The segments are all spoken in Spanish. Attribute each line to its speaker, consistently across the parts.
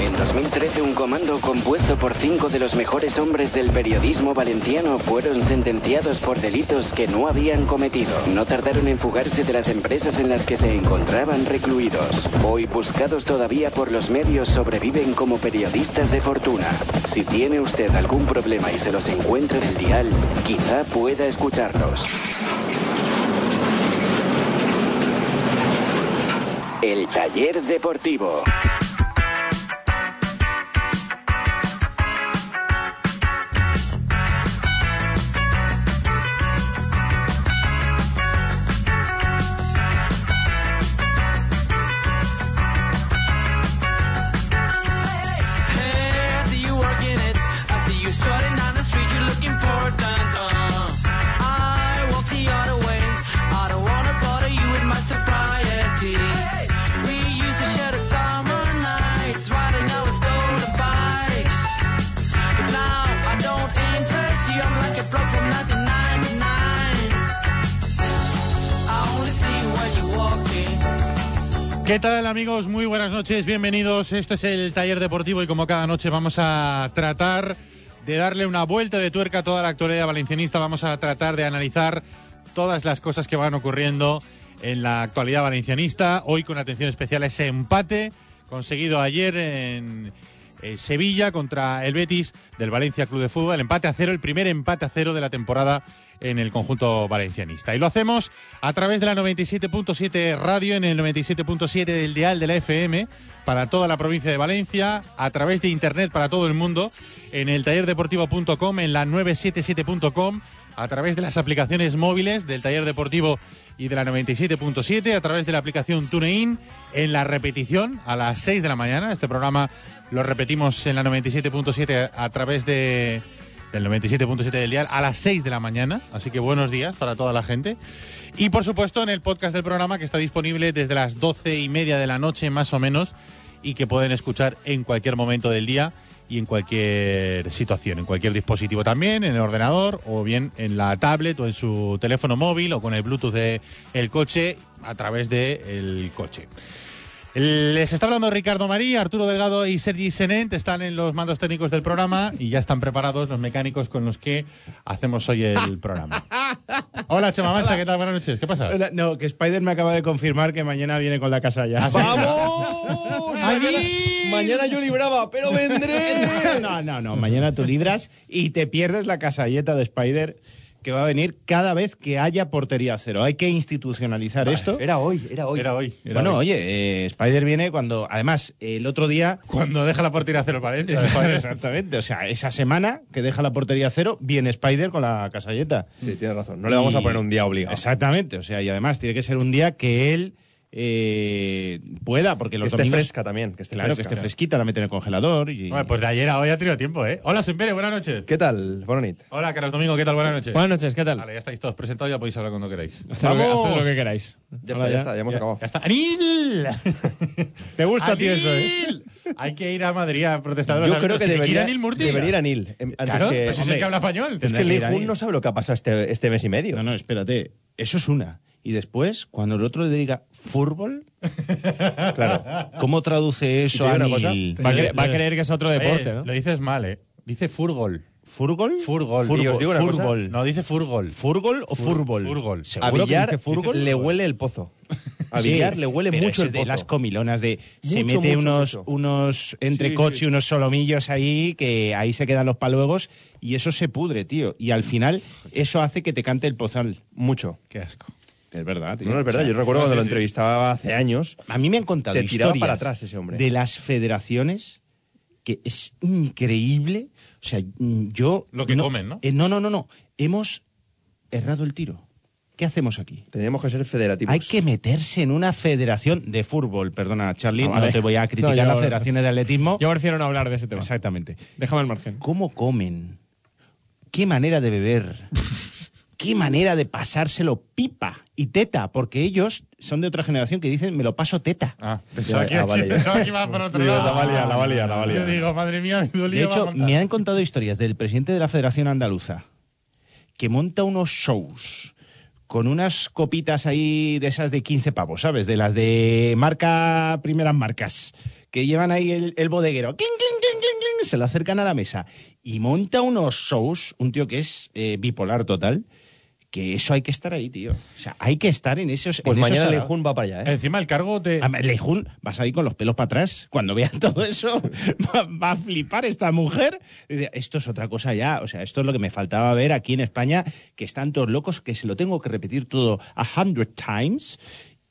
Speaker 1: En 2013, un comando compuesto por cinco de los mejores hombres del periodismo valenciano fueron sentenciados por delitos que no habían cometido. No tardaron en fugarse de las empresas en las que se encontraban recluidos. Hoy, buscados todavía por los medios, sobreviven como periodistas de fortuna. Si tiene usted algún problema y se los encuentra en el dial, quizá pueda escucharlos. El taller deportivo.
Speaker 2: ¿Qué tal amigos? Muy buenas noches, bienvenidos. Esto es el taller deportivo y como cada noche vamos a tratar de darle una vuelta de tuerca a toda la actualidad valencianista. Vamos a tratar de analizar todas las cosas que van ocurriendo en la actualidad valencianista. Hoy con atención especial a ese empate conseguido ayer en eh, Sevilla contra el Betis del Valencia Club de Fútbol. El empate a cero, el primer empate a cero de la temporada en el conjunto valencianista. Y lo hacemos a través de la 97.7 radio, en el 97.7 del dial de la FM, para toda la provincia de Valencia, a través de internet para todo el mundo, en el tallerdeportivo.com, en la 977.com, a través de las aplicaciones móviles del taller deportivo y de la 97.7, a través de la aplicación TuneIn, en la repetición a las 6 de la mañana. Este programa lo repetimos en la 97.7 a través de del 97.7 del dial a las 6 de la mañana, así que buenos días para toda la gente. Y por supuesto en el podcast del programa que está disponible desde las 12 y media de la noche más o menos y que pueden escuchar en cualquier momento del día y en cualquier situación, en cualquier dispositivo también, en el ordenador o bien en la tablet o en su teléfono móvil o con el Bluetooth del el coche a través del el coche. Les está hablando Ricardo María, Arturo Delgado y Sergi Senent. Están en los mandos técnicos del programa y ya están preparados los mecánicos con los que hacemos hoy el programa. Hola, Chema Mancha, ¿qué tal? Buenas noches. ¿Qué pasa?
Speaker 3: Hola, No, que Spider me acaba de confirmar que mañana viene con la casa ya.
Speaker 2: Ah, sí.
Speaker 4: ¡Vamos! mañana, mañana yo libraba, pero vendré.
Speaker 3: No, no, no. Mañana tú libras y te pierdes la casalleta de Spider que va a venir cada vez que haya portería cero. Hay que institucionalizar esto.
Speaker 4: Era hoy, era hoy.
Speaker 2: Era hoy. era
Speaker 3: Bueno,
Speaker 2: hoy.
Speaker 3: oye, eh, Spider viene cuando. Además, el otro día.
Speaker 2: Cuando deja la portería cero para él.
Speaker 3: Exactamente. O sea, esa semana que deja la portería cero, viene Spider con la casalleta.
Speaker 4: Sí, tienes razón. No le vamos a
Speaker 3: Y-
Speaker 4: poner un día obligado.
Speaker 3: Exactamente, o sea, y además tiene que ser un día que él eh, pueda, porque
Speaker 4: Que
Speaker 3: los
Speaker 4: esté
Speaker 3: domingos...
Speaker 4: fresca también, que esté
Speaker 3: Claro,
Speaker 4: fresca.
Speaker 3: que esté fresquita, la meten en el congelador y...
Speaker 2: pues de ayer a hoy ha tenido tiempo, ¿eh? Hola, Sempere, buenas noches.
Speaker 4: ¿Qué tal, Bonanit?
Speaker 2: Hola, Carlos Domingo, ¿qué tal? Buenas
Speaker 4: eh.
Speaker 2: noches.
Speaker 5: Buenas noches, ¿qué tal?
Speaker 2: Vale, ya estáis todos presentados, ya podéis hablar cuando queráis.
Speaker 5: Haced lo que-
Speaker 4: ¡Vamos!
Speaker 5: haced lo que queráis.
Speaker 4: Ya
Speaker 5: Hola,
Speaker 4: está, ya está, ya hemos acabado.
Speaker 2: Ya está. ¡Anil!
Speaker 3: Te gusta a ti eso, ¿eh?
Speaker 2: ¡Anil! Hay que ir a Madrid a protestar. a los
Speaker 4: Yo creo
Speaker 2: árbitros.
Speaker 4: que
Speaker 2: ¿Tiene ir
Speaker 4: debería,
Speaker 2: Anil Murcia?
Speaker 4: debería ir a Neil. em, Antes
Speaker 2: Claro,
Speaker 4: que,
Speaker 2: pero si es el
Speaker 3: hombre,
Speaker 2: que habla español.
Speaker 4: es
Speaker 3: tendrá
Speaker 4: que
Speaker 3: que ir a
Speaker 4: Leijun
Speaker 3: Neil.
Speaker 4: no sabe lo que ha pasado este, este mes y medio.
Speaker 3: No, no, espérate, eso es una. Y después, cuando el otro le diga fútbol, claro, ¿cómo traduce
Speaker 4: te
Speaker 3: eso
Speaker 4: digo
Speaker 3: a
Speaker 4: una
Speaker 3: Nil?
Speaker 4: cosa,
Speaker 5: Va a,
Speaker 2: Yo-
Speaker 5: cre- va a creer que es otro
Speaker 2: Eh,
Speaker 5: deporte, ¿no?
Speaker 2: Lo dices mal, ¿eh? Dice furgol.
Speaker 3: ¿Furgol?
Speaker 2: Furgol.
Speaker 3: Furgol.
Speaker 4: Y os digo una cosa,
Speaker 3: furgol.
Speaker 2: No, dice furgol.
Speaker 3: ¿Furgol o
Speaker 2: Fur-
Speaker 3: fútbol?
Speaker 2: furgol.
Speaker 4: A
Speaker 3: ¿Seguro que dice
Speaker 4: Villar
Speaker 3: furgol?
Speaker 4: le huele el pozo. A
Speaker 3: Sí,
Speaker 4: Villar le huele
Speaker 3: pero
Speaker 4: mucho
Speaker 3: ese
Speaker 4: el
Speaker 3: de las
Speaker 4: pozo.
Speaker 3: comilonas de se
Speaker 4: Mucho,
Speaker 3: mete
Speaker 4: mucho,
Speaker 3: unos
Speaker 4: mucho.
Speaker 3: unos entrecots
Speaker 4: Sí, sí.
Speaker 3: y unos solomillos ahí que ahí se quedan los paluegos y eso se pudre, tío, y al final eso hace que te cante el pozal.
Speaker 4: Mucho.
Speaker 2: Qué asco.
Speaker 3: Es verdad, tío.
Speaker 4: No, no es verdad.
Speaker 3: O sea,
Speaker 4: Yo recuerdo cuando
Speaker 2: sí,
Speaker 4: lo
Speaker 2: sí.
Speaker 4: entrevistaba hace años.
Speaker 3: a mí me han contado
Speaker 4: Te tiraba
Speaker 3: historias
Speaker 4: para atrás ese hombre.
Speaker 3: de las federaciones que es increíble, o sea, mm, yo
Speaker 2: Lo que comen, ¿no?
Speaker 3: Eh, no, no, no, no. Hemos errado el tiro. ¿Qué hacemos aquí?
Speaker 4: Teníamos que ser federativos.
Speaker 3: Hay que meterse en una federación de fútbol. Perdona, Charlie,
Speaker 5: Ah, vale.
Speaker 3: no te voy a
Speaker 5: No,
Speaker 3: criticar
Speaker 5: yo-
Speaker 3: las federaciones de atletismo.
Speaker 5: Yo prefiero no hablar de ese tema.
Speaker 3: Exactamente.
Speaker 5: Déjame al margen.
Speaker 3: ¿Cómo comen? ¿Qué manera de beber? ¿Qué manera de pasárselo pipa y teta? Porque ellos son de otra generación que dicen, me lo paso teta.
Speaker 2: Ah, pensaba,
Speaker 4: Ya,
Speaker 2: que,
Speaker 4: ah, vale, ya.
Speaker 2: pensaba que iba por otro
Speaker 4: Digo,
Speaker 2: lado.
Speaker 4: la valía, la valía, la valía.
Speaker 2: Yo digo, madre mía, mi
Speaker 3: De
Speaker 2: dolía.
Speaker 3: hecho, me han contado historias del presidente de la Federación Andaluza que monta unos shows con unas copitas ahí de esas de 15 pavos, ¿sabes? De las de marca, primeras marcas, que llevan ahí el, el bodeguero. Cling, cling, cling, cling, cling, se lo acercan a la mesa. Y monta unos shows, un tío que es eh, bipolar total, que eso hay que estar ahí, tío. O sea, hay que estar en esos...
Speaker 4: Pues
Speaker 3: en esos
Speaker 4: mañana
Speaker 3: saraos.
Speaker 4: Leijun va para allá, ¿eh?
Speaker 2: Encima el cargo te...
Speaker 3: Además, Leijun, vas a ir con los pelos para atrás. Cuando vea todo eso, va, va a flipar esta mujer. Dice, Esto es otra cosa ya. O sea, esto es lo que me faltaba ver aquí en España, que están todos locos, que se lo tengo que repetir todo a hundred times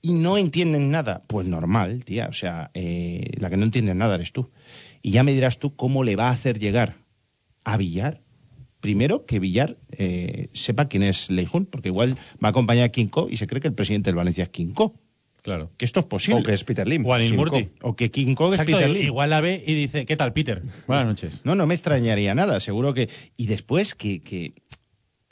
Speaker 3: y no entienden nada. Pues normal, tía. O sea, eh, la que no entiende nada eres tú. Y ya me dirás tú cómo le va a hacer llegar a Villar. Primero, que Villar eh, sepa quién es Leijun, porque igual va a acompañar a Kinko y se cree que el presidente del Valencia es Kinko.
Speaker 2: Claro.
Speaker 3: Que esto es posible.
Speaker 4: O que es Peter Lim.
Speaker 2: Juan
Speaker 4: Kim
Speaker 2: Ilmurti.
Speaker 4: Kong.
Speaker 3: O que King Kong es
Speaker 2: Exacto,
Speaker 3: Peter Lim.
Speaker 2: igual la ve y dice, ¿qué tal, Peter? Buenas noches.
Speaker 3: No, no me extrañaría nada, seguro que... Y después que... que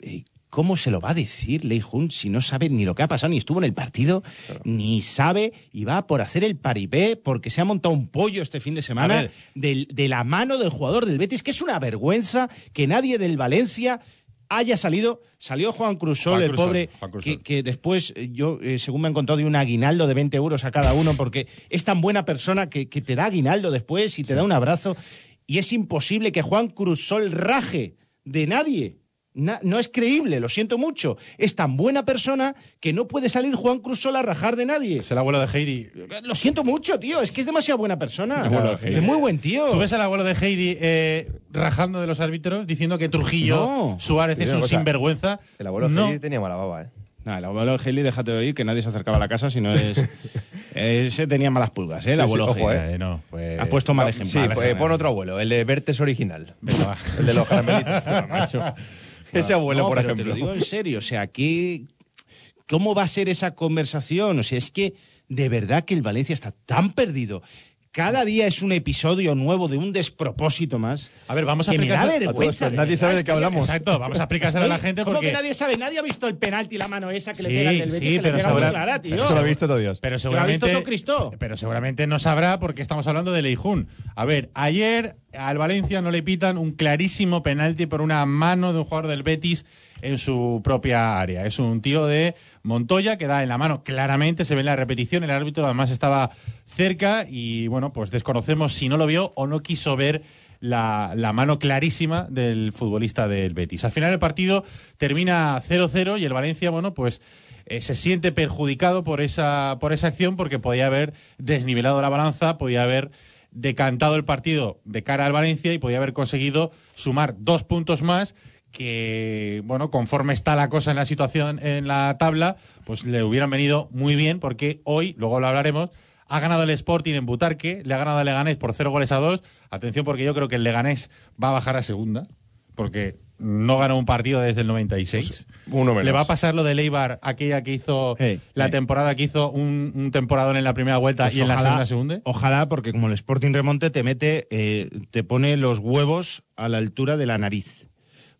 Speaker 3: eh, ¿Cómo se lo va a decir Lei Jun si no sabe ni lo que ha pasado, ni estuvo en el partido, ni sabe y va por hacer el paripé porque se ha montado un pollo este fin de
Speaker 2: A
Speaker 3: semana
Speaker 2: ver.
Speaker 3: del- de la mano del jugador del Betis, que es una vergüenza que nadie del Valencia haya salido. Salió Juan Cruzol,
Speaker 2: Juan
Speaker 3: el
Speaker 2: Cruzol,
Speaker 3: pobre,
Speaker 2: Juan Cruzol.
Speaker 3: que, que después eh, yo, eh, según me han contado, de un aguinaldo de 20 euros a cada uno, porque es tan buena persona que, que te da aguinaldo después y te da un abrazo. Y es imposible que Juan Cruzol raje de nadie. Na- no es creíble, lo siento mucho. Es tan buena persona que no puede salir Juan Cruzol a rajar de nadie.
Speaker 2: Es el abuelo de Heidi.
Speaker 3: Lo siento mucho, tío. Es que es demasiado buena persona.
Speaker 5: Abuelo de Heidi.
Speaker 3: Es muy buen tío.
Speaker 2: ¿Tú ves al abuelo de Heidi eh, rajando de los árbitros, diciendo que Trujillo,
Speaker 3: No.
Speaker 2: Suárez
Speaker 4: Te
Speaker 2: es un
Speaker 4: digo una cosa,
Speaker 2: sinvergüenza?
Speaker 4: El abuelo
Speaker 2: no.
Speaker 4: Heidi tenía mala baba, ¿eh?
Speaker 3: Nada, el abuelo Haley, déjate de oír que nadie se acercaba a la casa si no es. Ese tenía malas pulgas, ¿eh? El
Speaker 4: Sí, sí,
Speaker 3: abuelo
Speaker 4: ojo,
Speaker 3: Haley.
Speaker 2: Eh, no, pues-
Speaker 3: Has puesto mal ejemplo.
Speaker 4: Sí,
Speaker 3: Mal
Speaker 4: pues,
Speaker 3: ejemplo.
Speaker 4: pon otro abuelo, el de Bertes original.
Speaker 2: Venga, va.
Speaker 4: El de los caramelitos. Ese abuelo,
Speaker 3: No,
Speaker 4: por
Speaker 3: pero Te
Speaker 4: ejemplo.
Speaker 3: lo digo en serio, o sea, ¿qué, ¿cómo va a ser esa conversación? O sea, es que de verdad que el Valencia está tan perdido. Cada día es un episodio nuevo de un despropósito más.
Speaker 2: A ver, vamos a
Speaker 3: que me da
Speaker 2: explicar-
Speaker 3: vergüenza.
Speaker 4: A todos, nadie sabe
Speaker 3: verdad,
Speaker 4: de qué
Speaker 3: Ah, es que-
Speaker 4: hablamos.
Speaker 2: Exacto, vamos a explicárselo a la
Speaker 3: Oye,
Speaker 2: gente
Speaker 3: ¿cómo
Speaker 2: porque...
Speaker 3: que nadie sabe? Nadie ha visto el penalti, la mano esa que le
Speaker 2: Sí,
Speaker 3: pega el del
Speaker 2: sí,
Speaker 3: Betis, que le
Speaker 2: pero
Speaker 3: pega muy
Speaker 2: segura-
Speaker 3: clara, tío.
Speaker 4: Esto lo ha visto todo Dios.
Speaker 2: Pero
Speaker 3: Que lo ha
Speaker 2: seguramente,
Speaker 3: visto todo Cristo.
Speaker 2: pero seguramente no sabrá porque estamos hablando de Leijun. A ver, ayer al Valencia no le pitan un clarísimo penalti por una mano de un jugador del Betis en su propia área. Es un tiro de Montoya que da en la mano claramente, se ve en la repetición, el árbitro además estaba cerca y bueno, pues desconocemos si no lo vio o no quiso ver la, la mano clarísima del futbolista del Betis. Al final el partido termina 0-0 y el Valencia, bueno, pues eh, se siente perjudicado por esa, por esa acción porque podía haber desnivelado la balanza, podía haber decantado el partido de cara al Valencia y podía haber conseguido sumar dos puntos más que, bueno, conforme está la cosa en la situación en la tabla, pues le hubieran venido muy bien porque hoy, luego lo hablaremos, ha ganado el Sporting en Butarque, le ha ganado al Leganés por cero goles a dos. Atención porque yo creo que el Leganés va a bajar a segunda porque no ganó un partido desde el 96.
Speaker 4: Uno menos.
Speaker 2: Le va a pasar lo de Leibar, aquella que hizo
Speaker 3: Pues, Hey,
Speaker 2: la
Speaker 3: hey.
Speaker 2: temporada que hizo un, un temporadón en la primera vuelta
Speaker 3: Pues
Speaker 2: y en la
Speaker 3: ojalá-
Speaker 2: segunda se hunde.
Speaker 3: Ojalá, porque como el Sporting remonte te mete, eh, te pone los huevos a la altura de la nariz.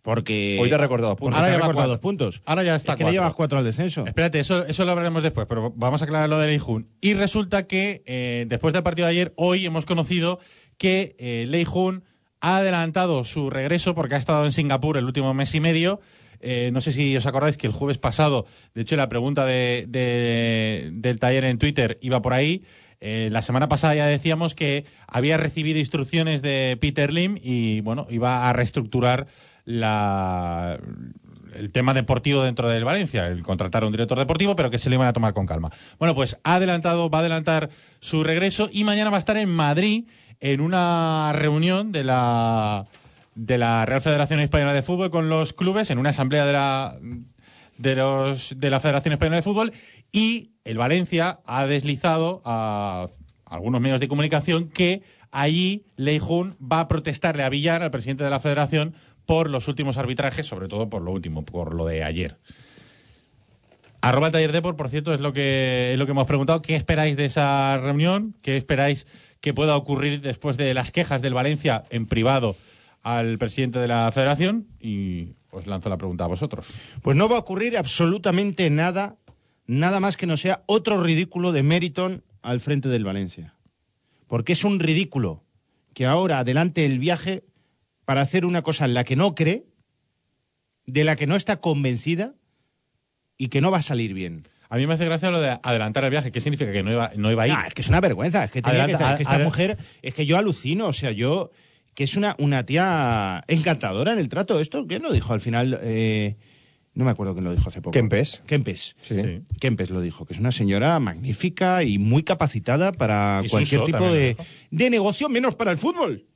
Speaker 3: Porque
Speaker 4: Hoy te ha recordado
Speaker 3: porque
Speaker 4: puntos.
Speaker 2: Ahora
Speaker 3: te ha
Speaker 2: lleva
Speaker 3: recordado
Speaker 2: cuatro.
Speaker 3: dos puntos.
Speaker 2: Ahora ya está
Speaker 3: Es que le
Speaker 2: cuatro.
Speaker 3: llevas cuatro al descenso.
Speaker 2: Espérate, eso, eso lo hablaremos después, pero vamos a aclarar lo de Leijun. Y resulta que eh, después del partido de ayer, hoy hemos conocido que eh, Leijun ha adelantado su regreso porque ha estado en Singapur el último mes y medio. Eh, no sé si os acordáis que el jueves pasado, de hecho la pregunta de- de- del taller en Twitter iba por ahí. Eh, la semana pasada ya decíamos que había recibido instrucciones de Peter Lim y bueno, iba a reestructurar la, el tema deportivo dentro del Valencia, el contratar a un director deportivo, pero que se lo iban a tomar con calma. Bueno, pues ha adelantado, va a adelantar su regreso y mañana va a estar en Madrid en una reunión de la de la Real Federación Española de Fútbol con los clubes en una asamblea de la de los de la Federación Española de Fútbol y el Valencia ha deslizado a algunos medios de comunicación que allí Leijun va a protestarle a Villar, al presidente de la Federación, por los últimos arbitrajes, sobre todo por lo último, por lo de ayer. Arroba el taller Depor, por cierto, es lo que es lo que hemos preguntado. ¿Qué esperáis de esa reunión? ¿Qué esperáis que pueda ocurrir después de las quejas del Valencia en privado al presidente de la Federación? Y os lanzo la pregunta a vosotros.
Speaker 3: Pues no va a ocurrir absolutamente nada, nada más que no sea otro ridículo de Meriton al frente del Valencia. Porque es un ridículo que ahora adelante el viaje para hacer una cosa en la que no cree, de la que no está convencida y que no va a salir bien.
Speaker 2: A A mí me hace gracia lo de adelantar el viaje. ¿Qué significa? Que no iba, no iba a ir.
Speaker 3: No, es que es una vergüenza. Es que, tenía que
Speaker 2: Adelanta,
Speaker 3: estar- que esta
Speaker 2: adel-
Speaker 3: mujer. Es que yo alucino. O sea, yo. Que es una, una tía encantadora en el trato. ¿Esto quién lo dijo al final? Eh, no me acuerdo quién lo dijo hace poco.
Speaker 4: Kempes.
Speaker 3: Kempes.
Speaker 4: Sí.
Speaker 2: Sí.
Speaker 3: Kempes lo dijo, que es una señora magnífica y muy capacitada para
Speaker 2: Y
Speaker 3: cualquier
Speaker 2: Suso
Speaker 3: tipo
Speaker 2: también
Speaker 3: de,
Speaker 2: lo dijo.
Speaker 3: de negocio, menos para el fútbol.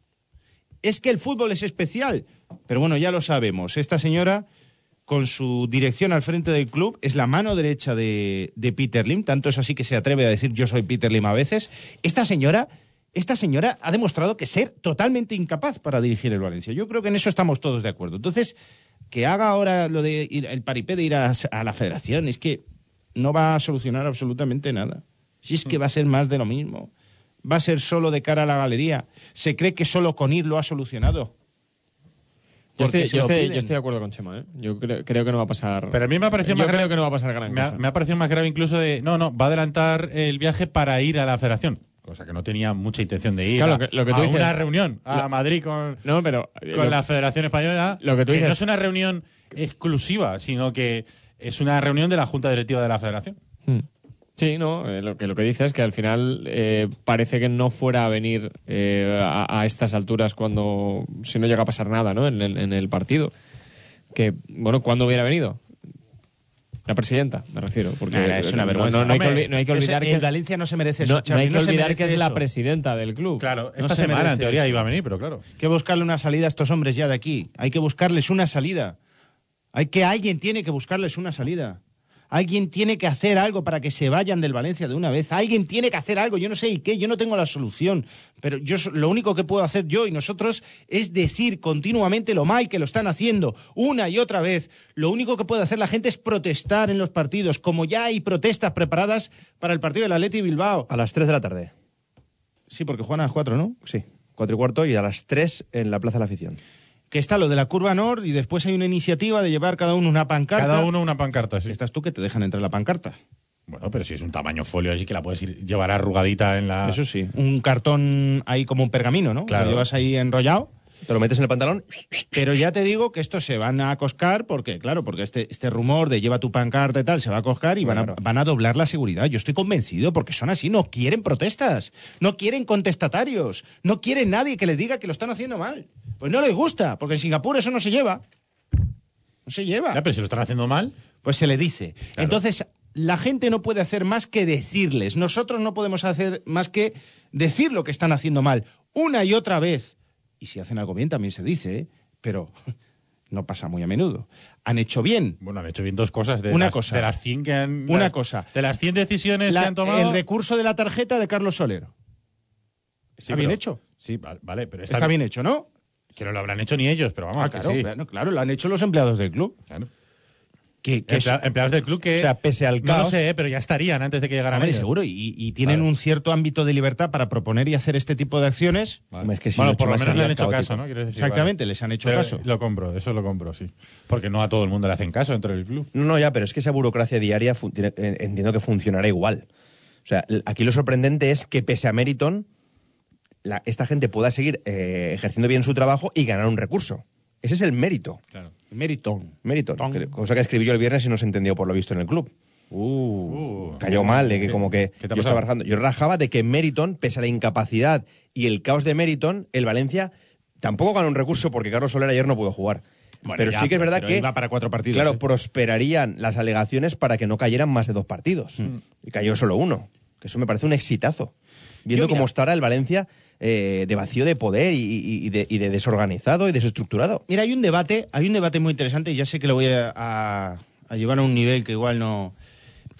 Speaker 3: Es que el fútbol es especial. Pero bueno, ya lo sabemos. Esta señora, con su dirección al frente del club, es la mano derecha de, de Peter Lim. Tanto es así que se atreve a decir yo soy Peter Lim a veces. Esta señora... Esta señora ha demostrado que ser totalmente incapaz para dirigir el Valencia. Yo creo que en eso estamos todos de acuerdo. Entonces, que haga ahora lo de ir- el paripé de ir a, a la federación, es que no va a solucionar absolutamente nada. Si es que va a ser más de lo mismo. Va a ser solo de cara a la galería. Se cree que solo con ir lo ha solucionado.
Speaker 5: Yo
Speaker 3: Porque
Speaker 5: estoy,
Speaker 3: se
Speaker 5: yo,
Speaker 3: lo
Speaker 5: estoy,
Speaker 3: piden.
Speaker 5: yo estoy de acuerdo con Chema, ¿eh? Yo creo, creo que no va a pasar.
Speaker 2: Pero a mí me ha parecido
Speaker 5: yo
Speaker 2: más grave-
Speaker 5: creo que no va a pasar gran
Speaker 2: me ha,
Speaker 5: cosa.
Speaker 2: me ha parecido más grave incluso de. No, no, va a adelantar el viaje para ir a la federación. Cosa que no tenía mucha intención de ir.
Speaker 5: Claro,
Speaker 2: a,
Speaker 5: lo que- lo que tú
Speaker 2: a
Speaker 5: dices.
Speaker 2: una reunión a Madrid con,
Speaker 5: No, pero. eh,
Speaker 2: con
Speaker 5: lo-
Speaker 2: la Federación Española.
Speaker 5: lo que tú dices.
Speaker 2: no es una reunión exclusiva, sino que es una reunión de la Junta Directiva de la Federación.
Speaker 5: Sí, no. eh, lo, que, lo que dices es que al final eh, parece que no fuera a venir eh, a, a estas alturas cuando. Si no llega a pasar nada, ¿no? En, el- en el partido. Que, bueno, ¿cuándo hubiera venido? La presidenta, me refiero. Porque
Speaker 3: Nah, es una
Speaker 5: no-
Speaker 3: vergüenza.
Speaker 5: No, no hay, que,
Speaker 2: Hombre,
Speaker 5: olvi- no hay que
Speaker 3: Ese-
Speaker 5: olvidar que.
Speaker 3: el
Speaker 5: es-
Speaker 3: Valencia no se merece eso.
Speaker 5: no- no
Speaker 3: Charlie,
Speaker 5: hay que
Speaker 3: no se
Speaker 5: olvidar
Speaker 3: merece
Speaker 5: que es la
Speaker 3: eso.
Speaker 5: presidenta del club.
Speaker 2: Claro, esta
Speaker 3: se
Speaker 2: semana en
Speaker 3: merece
Speaker 2: teoría
Speaker 3: eso.
Speaker 2: iba a venir, pero claro.
Speaker 3: Que buscarle una salida a estos hombres ya de aquí. Hay que buscarles una salida. Hay que alguien tiene que buscarles una salida. Alguien tiene que hacer algo para que se vayan del Valencia de una vez. Alguien tiene que hacer algo. Yo no sé y qué. Yo no tengo la solución. Pero yo so- lo único que puedo hacer yo y nosotros es decir continuamente lo mal que lo están haciendo una y otra vez. Lo único que puede hacer la gente es protestar en los partidos, como ya hay protestas preparadas para el partido del Atleti Bilbao. Ah,
Speaker 4: A las 3 de la tarde.
Speaker 3: Sí, porque juegan a las cuatro, ¿no?
Speaker 4: Sí. Cuatro y cuarto y a las 3 en la Plaza de la Afición.
Speaker 3: que está lo de la curva norte y después hay una iniciativa de llevar cada uno una pancarta.
Speaker 2: Cada uno una pancarta, sí.
Speaker 3: Estás tú que te dejan entrar la pancarta.
Speaker 2: Bueno, pero si es un tamaño folio así que la puedes ir- llevar arrugadita en
Speaker 4: Ah.
Speaker 2: la.
Speaker 3: Eso sí. Un cartón ahí como un pergamino, ¿no?
Speaker 2: Claro.
Speaker 3: Lo llevas ahí enrollado.
Speaker 4: Te lo metes en el pantalón.
Speaker 3: Pero ya te digo que estos se van a coscar porque, claro, porque este, este rumor de lleva tu pancarta y tal se va a coscar y van a, van a doblar la seguridad. Yo estoy convencido porque son así, no quieren protestas, no quieren contestatarios, no quieren nadie que les diga que lo están haciendo mal. Pues no les gusta, porque en Singapur eso no se lleva. No se lleva.
Speaker 2: Ya, pero si lo están haciendo mal.
Speaker 3: Pues se le dice. Entonces, la gente no puede hacer más que decirles. Nosotros no podemos hacer más que decir lo que están haciendo mal una y otra vez. Y si hacen algo bien también se dice, ¿eh? pero no pasa muy a menudo. Han hecho bien.
Speaker 2: Bueno, han hecho bien dos cosas. De
Speaker 3: Una
Speaker 2: las,
Speaker 3: cosa.
Speaker 2: De las 100 que han.
Speaker 3: Una
Speaker 2: las-
Speaker 3: cosa.
Speaker 2: De las 100 decisiones
Speaker 3: La-
Speaker 2: que han tomado.
Speaker 3: el recurso de la tarjeta de Carlos Solero.
Speaker 2: Sí,
Speaker 3: está bien
Speaker 2: pero-
Speaker 3: hecho.
Speaker 2: Sí, va- vale, pero
Speaker 3: Está, bien hecho, ¿no?
Speaker 2: Que no lo habrán hecho ni ellos, pero vamos,
Speaker 3: Ah,
Speaker 2: que
Speaker 3: claro,
Speaker 2: sí.
Speaker 3: bueno, claro, lo han hecho los empleados del club.
Speaker 2: Claro.
Speaker 3: Que, que es-
Speaker 2: Emplea- empleados del club que.
Speaker 4: O sea, pese al
Speaker 2: No lo
Speaker 4: caos-
Speaker 2: sé, ¿eh? pero ya estarían antes de que llegaran
Speaker 3: Hombre,
Speaker 2: ellos.
Speaker 3: seguro, y, y tienen
Speaker 2: Vale.
Speaker 3: un cierto ámbito de libertad para proponer y hacer este tipo de acciones.
Speaker 2: Vale.
Speaker 4: Hombre, es que si
Speaker 2: bueno,
Speaker 4: lo
Speaker 2: por lo
Speaker 4: hecho
Speaker 2: menos le han
Speaker 4: sería
Speaker 2: hecho
Speaker 4: caótico.
Speaker 2: caso, ¿no? Quiero decir,
Speaker 3: Exactamente,
Speaker 2: vale.
Speaker 3: les han hecho
Speaker 2: Pero
Speaker 3: caso.
Speaker 2: Lo compro, eso lo compro, sí. Porque no a todo el mundo le hacen caso dentro del club.
Speaker 4: No, no, ya, pero es que esa burocracia diaria fun- tiene- eh, entiendo que funcionará igual. O sea, l- aquí lo sorprendente es que pese a Meriton, la- esta gente pueda seguir eh, ejerciendo bien su trabajo y ganar un recurso. Ese es el mérito.
Speaker 2: Claro.
Speaker 3: Meritón.
Speaker 4: Mérito,
Speaker 3: Tom.
Speaker 4: que- cosa que escribí yo el viernes y no se entendió por lo visto en el club.
Speaker 2: Uh.
Speaker 4: Cayó mal, de que como que
Speaker 2: ¿Qué te ha
Speaker 4: yo
Speaker 2: pasado?
Speaker 4: estaba rajando. Yo rajaba de que Meriton, pese a la incapacidad y el caos de Meriton, el Valencia tampoco ganó un recurso porque Carlos Soler ayer no pudo jugar.
Speaker 3: Bueno,
Speaker 4: pero
Speaker 3: ya,
Speaker 4: sí que es
Speaker 3: pero-
Speaker 4: verdad
Speaker 3: pero
Speaker 4: que
Speaker 3: iba para cuatro partidos,
Speaker 4: Claro,
Speaker 3: ¿eh?
Speaker 4: prosperarían las alegaciones para que no cayeran más de dos partidos. Y cayó solo uno. Que eso me parece un exitazo. Viendo
Speaker 3: Yo, mira-
Speaker 4: cómo está ahora el Valencia eh, de vacío de poder y, y- y de, y de desorganizado y desestructurado.
Speaker 3: Mira, hay un debate, hay un debate muy interesante, y ya sé que lo voy a, a- a llevar a un nivel que igual no.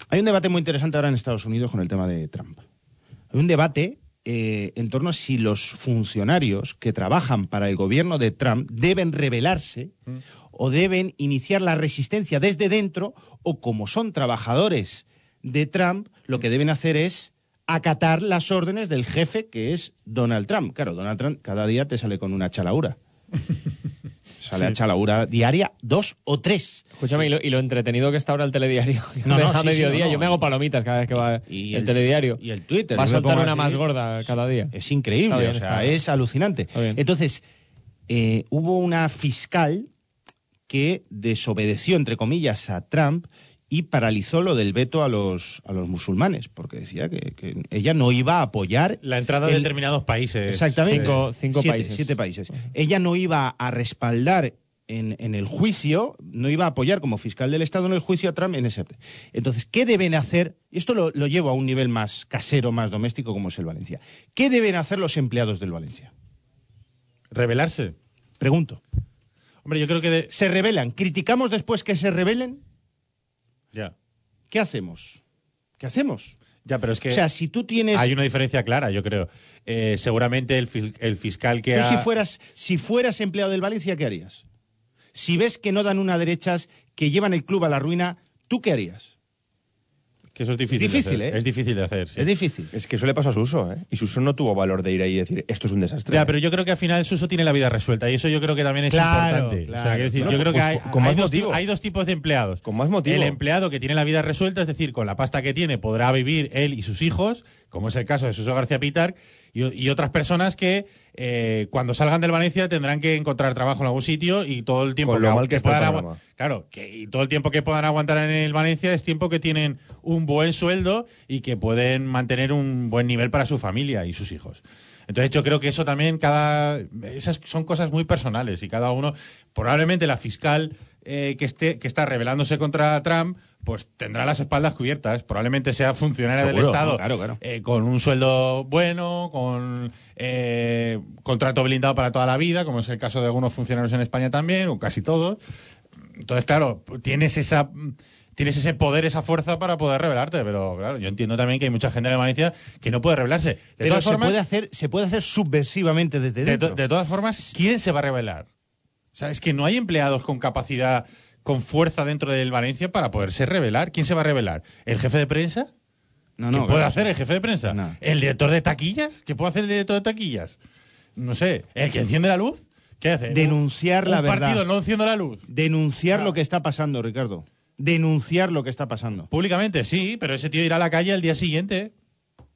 Speaker 3: Hay un debate muy interesante ahora en Estados Unidos con el tema de Trump. Hay un debate eh, en torno a si los funcionarios que trabajan para el gobierno de Trump deben rebelarse o deben iniciar la resistencia desde dentro, o como son trabajadores de Trump, lo que deben hacer es acatar las órdenes del jefe que es Donald Trump. Claro, Donald Trump cada día te sale con una chalaura. Sale a chalaura diaria dos o tres.
Speaker 5: Escúchame, y, lo, y lo entretenido que está ahora el telediario.
Speaker 3: No, no,
Speaker 5: a
Speaker 3: sí, sí,
Speaker 5: mediodía
Speaker 3: no, no.
Speaker 5: yo me hago palomitas cada vez que va
Speaker 3: Y
Speaker 5: el,
Speaker 3: el-
Speaker 5: telediario.
Speaker 3: y el Twitter,
Speaker 5: Va a
Speaker 3: yo me
Speaker 5: soltar
Speaker 3: pongo
Speaker 5: una
Speaker 3: así.
Speaker 5: más gorda cada día.
Speaker 3: Es increíble,
Speaker 5: Está bien,
Speaker 3: o sea,
Speaker 5: está bien.
Speaker 3: es alucinante.
Speaker 5: Está bien.
Speaker 3: Entonces, eh, hubo una fiscal que desobedeció, entre comillas, a Trump y paralizó lo del veto a los, a los musulmanes, porque decía que, que ella no iba a apoyar
Speaker 2: La entrada de
Speaker 3: el-
Speaker 2: determinados países.
Speaker 3: Exactamente.
Speaker 5: Cinco- cinco
Speaker 3: Siete-
Speaker 5: países.
Speaker 3: Siete países. Ella no iba a respaldar en, en el juicio, no iba a apoyar como fiscal del Estado en el juicio a Trump en ese. Entonces, ¿qué deben hacer? Y esto lo, lo llevo a un nivel más casero, más doméstico, como es el Valencia. ¿Qué deben hacer los empleados del Valencia?
Speaker 2: Rebelarse.
Speaker 3: Pregunto.
Speaker 2: Hombre, yo creo que... de-
Speaker 3: ¿Se rebelan? ¿Criticamos después que se rebelen?
Speaker 2: Ya.
Speaker 3: ¿Qué hacemos? ¿Qué hacemos?
Speaker 2: Ya, pero es que
Speaker 3: O sea, si tú tienes.
Speaker 2: hay una diferencia clara, yo creo. Eh, seguramente el, fil- el fiscal que
Speaker 3: Tú
Speaker 2: ha...
Speaker 3: si fueras, si fueras empleado del Valencia, ¿qué harías? Si ves que no dan una derechas, que llevan el club a la ruina, ¿tú qué harías?
Speaker 2: Que eso es difícil. de
Speaker 3: difícil,
Speaker 2: hacer.
Speaker 3: ¿eh?
Speaker 2: Es difícil de hacer, sí.
Speaker 3: Es difícil.
Speaker 4: Es que eso le pasó a Suso, ¿eh? Y Suso no tuvo valor de ir ahí y decir, esto es un desastre.
Speaker 2: Ya, pero yo creo que al final Suso tiene la vida resuelta y eso yo creo que también es
Speaker 3: Claro,
Speaker 2: importante.
Speaker 3: claro.
Speaker 2: o sea, quiero decir,
Speaker 4: Bueno,
Speaker 2: yo creo
Speaker 4: pues,
Speaker 2: que hay,
Speaker 4: con más
Speaker 2: hay dos,
Speaker 4: motivo.
Speaker 2: ti- hay dos tipos de empleados.
Speaker 4: Con más motivo.
Speaker 2: El empleado que tiene la vida resuelta, es decir, con la pasta que tiene podrá vivir él y sus hijos, como es el caso de Suso García Pitar, y, y otras personas que eh, cuando salgan del Valencia tendrán que encontrar trabajo en algún sitio y todo el tiempo
Speaker 4: Con lo mal que está el
Speaker 2: puedan
Speaker 4: panorama.
Speaker 2: agua- Claro, que y todo el tiempo que puedan aguantar en el Valencia es tiempo que tienen un buen sueldo y que pueden mantener un buen nivel para su familia y sus hijos. Entonces yo creo que eso también cada esas son cosas muy personales y cada uno probablemente la fiscal eh, que esté que está rebelándose contra Trump pues tendrá las espaldas cubiertas, probablemente sea funcionaria del
Speaker 3: Seguro,
Speaker 2: Estado,
Speaker 3: claro, claro.
Speaker 2: eh, con un sueldo bueno, con eh, contrato blindado para toda la vida, como es el caso de algunos funcionarios en España también, o casi todos. Entonces, claro, tienes esa tienes ese poder, esa fuerza para poder revelarte, pero claro, yo entiendo también que hay mucha gente en Valencia que no puede revelarse. De
Speaker 3: Pero
Speaker 2: todas
Speaker 3: se
Speaker 2: formas,
Speaker 3: puede, hacer, se puede hacer subversivamente desde
Speaker 2: de, to-
Speaker 3: dentro.
Speaker 2: de todas formas, ¿quién se va a revelar? O sea, es que no hay empleados con capacidad, con fuerza dentro del Valencia para poderse revelar. ¿Quién se va a revelar? ¿El jefe de prensa?
Speaker 3: no,
Speaker 2: ¿Qué
Speaker 3: no,
Speaker 2: puede
Speaker 3: claro.
Speaker 2: hacer el jefe de prensa?
Speaker 3: No.
Speaker 2: ¿El director de taquillas? ¿Qué puede hacer el director de taquillas? No sé. ¿El que enciende la luz? ¿Qué hace?
Speaker 3: Denunciar
Speaker 2: Un-
Speaker 3: la
Speaker 2: un
Speaker 3: verdad.
Speaker 2: partido no enciende la luz.
Speaker 3: Denunciar lo que está pasando, Ricardo. Denunciar lo que está pasando.
Speaker 2: Públicamente, sí, pero ese tío irá a la calle al día siguiente.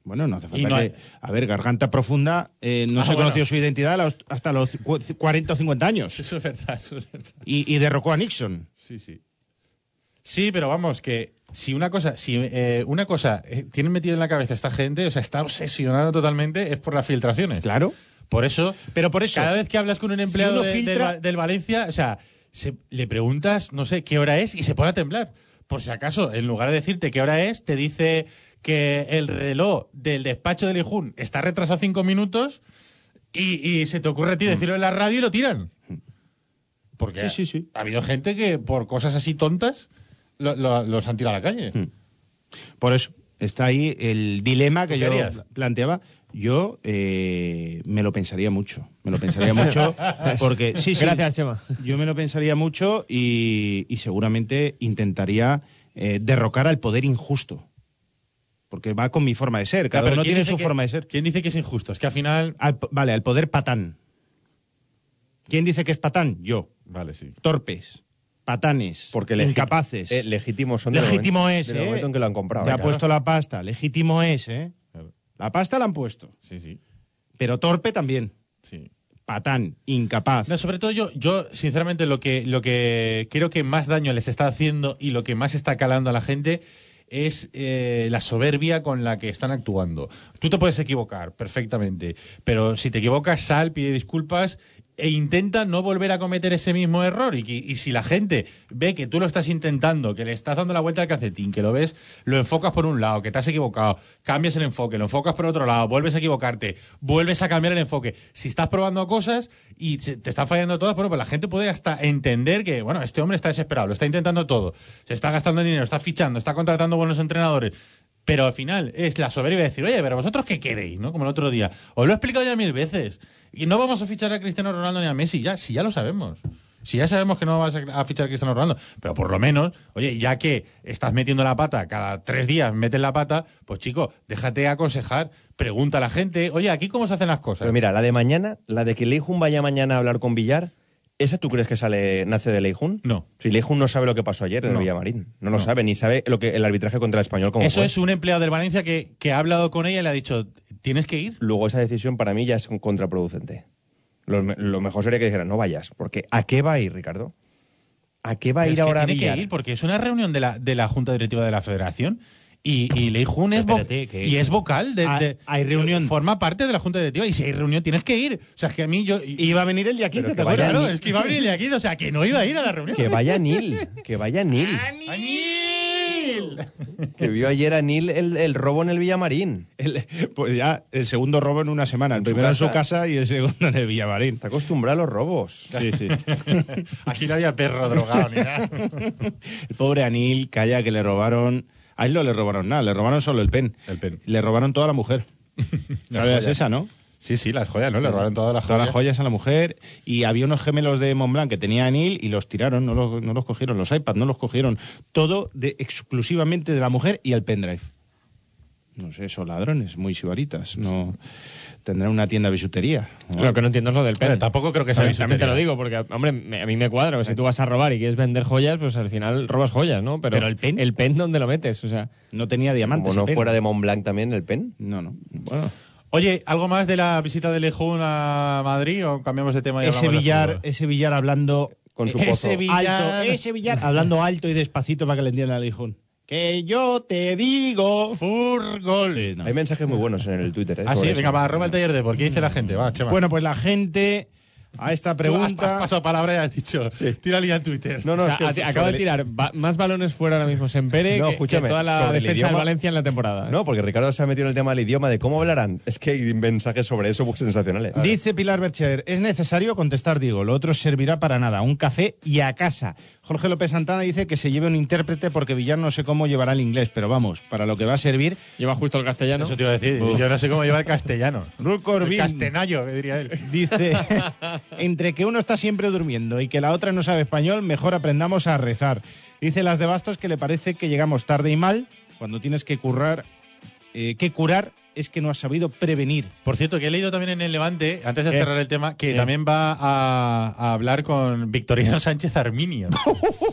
Speaker 3: Bueno, no hace falta
Speaker 2: no
Speaker 3: que...
Speaker 2: hay-
Speaker 3: A ver, Garganta Profunda eh, no
Speaker 2: Ah,
Speaker 3: se
Speaker 2: bueno.
Speaker 3: conoció su identidad a los- hasta los cu- 40 o 50 años.
Speaker 2: Eso es verdad, eso es verdad.
Speaker 3: Y, y derrocó a Nixon.
Speaker 2: Sí, sí. Sí, pero vamos, que si una cosa, si eh, una cosa eh, tienen metido en la cabeza esta gente, o sea, está obsesionada totalmente, es por las filtraciones.
Speaker 3: Claro.
Speaker 2: Por eso,
Speaker 3: Pero por eso...
Speaker 2: cada vez que hablas con un empleado
Speaker 3: uno
Speaker 2: de- del
Speaker 3: filtra-
Speaker 2: Va- del, Valencia, o sea, se- le preguntas, no sé, qué hora es y se pone a temblar. Por si acaso, en lugar de decirte qué hora es, te dice que el reloj del despacho del Ijun está retrasado cinco minutos y, y se te ocurre a ti decirlo en la radio y lo tiran. Porque
Speaker 3: Mm. Sí, sí, sí.
Speaker 2: ha habido gente que por cosas así tontas lo- lo- los han tirado a la
Speaker 3: Mm.
Speaker 2: calle.
Speaker 3: Por eso está ahí el dilema que
Speaker 2: ¿Tú
Speaker 3: yo
Speaker 2: querías?
Speaker 3: planteaba. Yo eh, me lo pensaría mucho. Me lo pensaría mucho porque... Sí, sí.
Speaker 5: Gracias, Chema.
Speaker 3: Yo me lo pensaría mucho y, y seguramente intentaría eh, derrocar al poder injusto. Porque va con mi forma de ser. Cada
Speaker 2: Pero
Speaker 3: uno
Speaker 2: ¿quién
Speaker 3: tiene
Speaker 2: dice
Speaker 3: su
Speaker 2: que-
Speaker 3: forma de ser.
Speaker 2: ¿Quién dice que es injusto? Es que al final...
Speaker 3: Al po- vale, al poder patán. ¿Quién dice que es patán? Yo.
Speaker 2: Vale, sí.
Speaker 3: Torpes. Patanes.
Speaker 4: Porque legi-
Speaker 3: incapaces.
Speaker 4: eh, legítimos son del
Speaker 3: Legítimo
Speaker 4: momento-
Speaker 3: es,
Speaker 4: del
Speaker 3: ¿eh? pues,
Speaker 4: momento en que lo han comprado.
Speaker 3: Te ha
Speaker 4: claro.
Speaker 3: puesto la pasta. Legítimo es, ¿eh?
Speaker 2: Claro.
Speaker 3: La pasta la han puesto.
Speaker 2: Sí, sí.
Speaker 3: Pero torpe también.
Speaker 2: Sí.
Speaker 3: Patán. Incapaz.
Speaker 2: No, sobre todo yo, yo sinceramente lo que, lo que creo que más daño les está haciendo y lo que más está calando a la gente es eh, la soberbia con la que están actuando. Tú te puedes equivocar perfectamente, pero si te equivocas, sal, pide disculpas e intenta no volver a cometer ese mismo error. Y, que- y si la gente ve que tú lo estás intentando, que le estás dando la vuelta al calcetín, que lo ves, lo enfocas por un lado, que te has equivocado, cambias el enfoque, lo enfocas por otro lado, vuelves a equivocarte, vuelves a cambiar el enfoque. Si estás probando cosas y se- te están fallando todas, bueno, pues la gente puede hasta entender que, bueno, este hombre está desesperado, lo está intentando todo, se está gastando dinero, está fichando, está contratando buenos entrenadores. Pero al final es la soberbia de decir, oye, pero vosotros qué queréis, ¿no? Como el otro día. Os lo he explicado ya mil veces. Y no vamos a fichar a Cristiano Ronaldo ni a Messi, ya, si ya lo sabemos. Si ya sabemos que no vas a a fichar a Cristiano Ronaldo, pero por lo menos, oye, ya que estás metiendo la pata, cada tres días metes la pata, pues chico, déjate aconsejar, pregunta a la gente, oye, aquí cómo se hacen las cosas.
Speaker 4: Pero mira, la de mañana, la de que Leijun vaya mañana a hablar con Villar, ¿esa tú crees que sale nace de Leijun?
Speaker 2: No.
Speaker 4: Si Leijun no sabe lo que pasó ayer en
Speaker 2: No.
Speaker 4: el Villamarín. No lo sabe, ni sabe lo que el arbitraje contra el español como
Speaker 2: Eso es un empleado del Valencia que, que ha hablado con ella y le ha dicho, tienes que ir.
Speaker 4: Luego esa decisión para mí ya es contraproducente. Lo, me- lo mejor sería que dijeran, no vayas, porque ¿a qué va a ir, Ricardo? ¿A qué va a
Speaker 2: Pero
Speaker 4: ir
Speaker 2: es que
Speaker 4: ahora
Speaker 2: tiene
Speaker 4: Villar?
Speaker 2: que ir porque es una reunión de la, de la Junta Directiva de la Federación y, y Lei Jun es, vo-
Speaker 3: Espérate, que-
Speaker 2: y es vocal. De,
Speaker 3: Ah,
Speaker 2: de-
Speaker 3: hay reunión.
Speaker 2: Forma parte de la Junta Directiva y si hay reunión tienes que ir. O sea, es que a mí yo...
Speaker 3: Iba a venir el día 15,
Speaker 4: Pero
Speaker 3: ¿te
Speaker 4: que vaya
Speaker 3: acuerdas?
Speaker 2: claro,
Speaker 4: ni-
Speaker 2: es que iba a abrir el de aquí, o sea, que no iba a ir a la reunión.
Speaker 4: Que vaya Neil, que vaya Neil.
Speaker 2: Ah, ¡Añil!
Speaker 4: Que vio ayer a Neil el, el robo en el Villamarín.
Speaker 3: El- pues ya, el segundo robo en una semana. El
Speaker 4: En su
Speaker 3: primero en su
Speaker 4: casa.
Speaker 3: casa y el segundo en el Villamarín.
Speaker 4: Está acostumbrado a los robos.
Speaker 3: Sí, sí.
Speaker 2: Aquí no había perro drogado ni nada.
Speaker 3: El pobre Anil, calla, que le robaron... A él no le robaron nada, le robaron solo el pen.
Speaker 2: El pen.
Speaker 3: Le robaron toda la mujer. ¿Sabes
Speaker 2: joya.
Speaker 3: esa, no?
Speaker 2: Sí, sí, las joyas, ¿no? Le robaron todas las
Speaker 3: Todas
Speaker 2: joyas.
Speaker 3: las joyas a la mujer. Y había unos gemelos de Montblanc que tenía Anil y los tiraron, no los, no los cogieron. Los iPads no los cogieron. Todo de- exclusivamente de la mujer y el pendrive. No sé, son ladrones, muy sibaritas. No... Tendrán una tienda de bisutería. ¿no?
Speaker 5: Lo que no entiendo es lo del pen.
Speaker 2: Bueno, tampoco creo que sea
Speaker 5: También- También te lo
Speaker 2: bisutería.
Speaker 5: digo, porque, hombre, me- a mí me cuadra. que Si tú vas a robar y quieres vender joyas, pues al final robas joyas, ¿no? Pero,
Speaker 3: Pero el pen.
Speaker 5: El pen, ¿dónde lo metes? O sea,
Speaker 3: No tenía diamantes.
Speaker 4: Como no
Speaker 3: el pen.
Speaker 4: fuera de Mont Blanc también el pen.
Speaker 3: No, no.
Speaker 5: bueno.
Speaker 2: Oye, ¿algo más de la visita de Lejún a Madrid o cambiamos de tema y
Speaker 3: Ese
Speaker 2: hablamos de
Speaker 3: billar,
Speaker 2: fútbol?
Speaker 3: ese billar hablando
Speaker 4: Con su
Speaker 3: Ese
Speaker 4: pozo.
Speaker 3: alto, ese billar hablando alto y despacito para que le entienda al hijón. Que yo te digo.
Speaker 2: Furgol.
Speaker 3: Sí, no.
Speaker 4: Hay mensajes muy buenos en el Twitter. ¿eh?
Speaker 2: Ah, sí,
Speaker 4: sobre
Speaker 2: venga,
Speaker 4: eso.
Speaker 2: va, arroba el taller de por qué dice la gente. Va, Chema.
Speaker 3: Bueno, pues la gente a esta
Speaker 2: Tú has- Has,
Speaker 3: pregunta.
Speaker 2: pasado palabra y has dicho, tira línea en Twitter.
Speaker 4: No, no,
Speaker 5: O sea,
Speaker 4: es que
Speaker 5: a-
Speaker 4: sobre-
Speaker 5: acaba de tirar ba- más balones fuera ahora mismo Sempere
Speaker 4: No,
Speaker 5: que- que,
Speaker 4: escúchame,
Speaker 5: toda la
Speaker 4: sobre el
Speaker 5: defensa de
Speaker 4: idioma-
Speaker 5: Valencia en la temporada.
Speaker 4: No, porque Ricardo se ha metido en el tema del idioma, de cómo hablarán. Es que hay mensajes sobre eso pues, sensacionales.
Speaker 3: Dice Pilar Bercher, es necesario contestar, digo, lo otro servirá para nada, un café y a casa. Jorge López Santana dice que se lleve un intérprete porque Villar no sé cómo llevará el inglés, pero vamos, para lo que va a servir.
Speaker 5: Lleva justo el castellano.
Speaker 2: Eso te iba a decir. Yo no sé cómo llevar el castellano.
Speaker 3: Ruth
Speaker 2: El
Speaker 3: Corbin-
Speaker 2: castenayo, que diría él.
Speaker 3: Dice, entre que uno está siempre durmiendo y que la otra no sabe español, mejor aprendamos a rezar. Dice las de Bastos que le parece que llegamos tarde y mal, cuando tienes que currar, eh, que curar es que no has sabido prevenir.
Speaker 2: Por cierto, que he leído también en el Levante, antes de
Speaker 3: ¿Qué?
Speaker 2: cerrar el tema, que
Speaker 3: ¿Qué?
Speaker 2: también va a, a hablar con Victoriano Sánchez Arminio.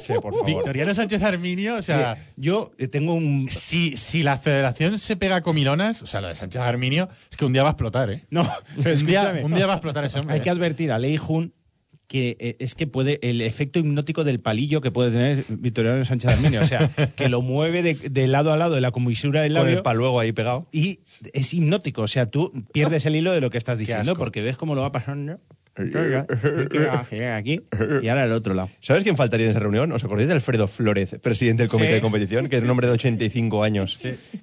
Speaker 4: Sí, por favor.
Speaker 2: Victoriano Sánchez Arminio, o sea,
Speaker 3: Oye, yo eh, tengo un...
Speaker 2: si, si la federación se pega con milonas, o sea, lo de Sánchez Arminio, es que un día va a explotar, ¿eh?
Speaker 3: No, pero
Speaker 2: un, día,
Speaker 3: escúchame.
Speaker 2: un día va a explotar ese hombre. ¿eh?
Speaker 3: Hay que advertir a Lei Jun que eh, es que puede el efecto hipnótico del palillo que puede tener Victoriano Sánchez Arminio, o sea, que lo mueve de, de lado a lado de la comisura del
Speaker 4: Con
Speaker 3: labio
Speaker 4: el paluego ahí pegado.
Speaker 3: y es hipnótico, o sea, tú pierdes el hilo de lo que estás diciendo
Speaker 2: asco.
Speaker 3: porque ves cómo lo va pasando aquí y ahora al otro lado.
Speaker 4: ¿Sabes quién faltaría en esa reunión? ¿Os acordáis de Alfredo Flores, presidente del comité
Speaker 3: Sí.
Speaker 4: de competición? Que es un hombre de 85 años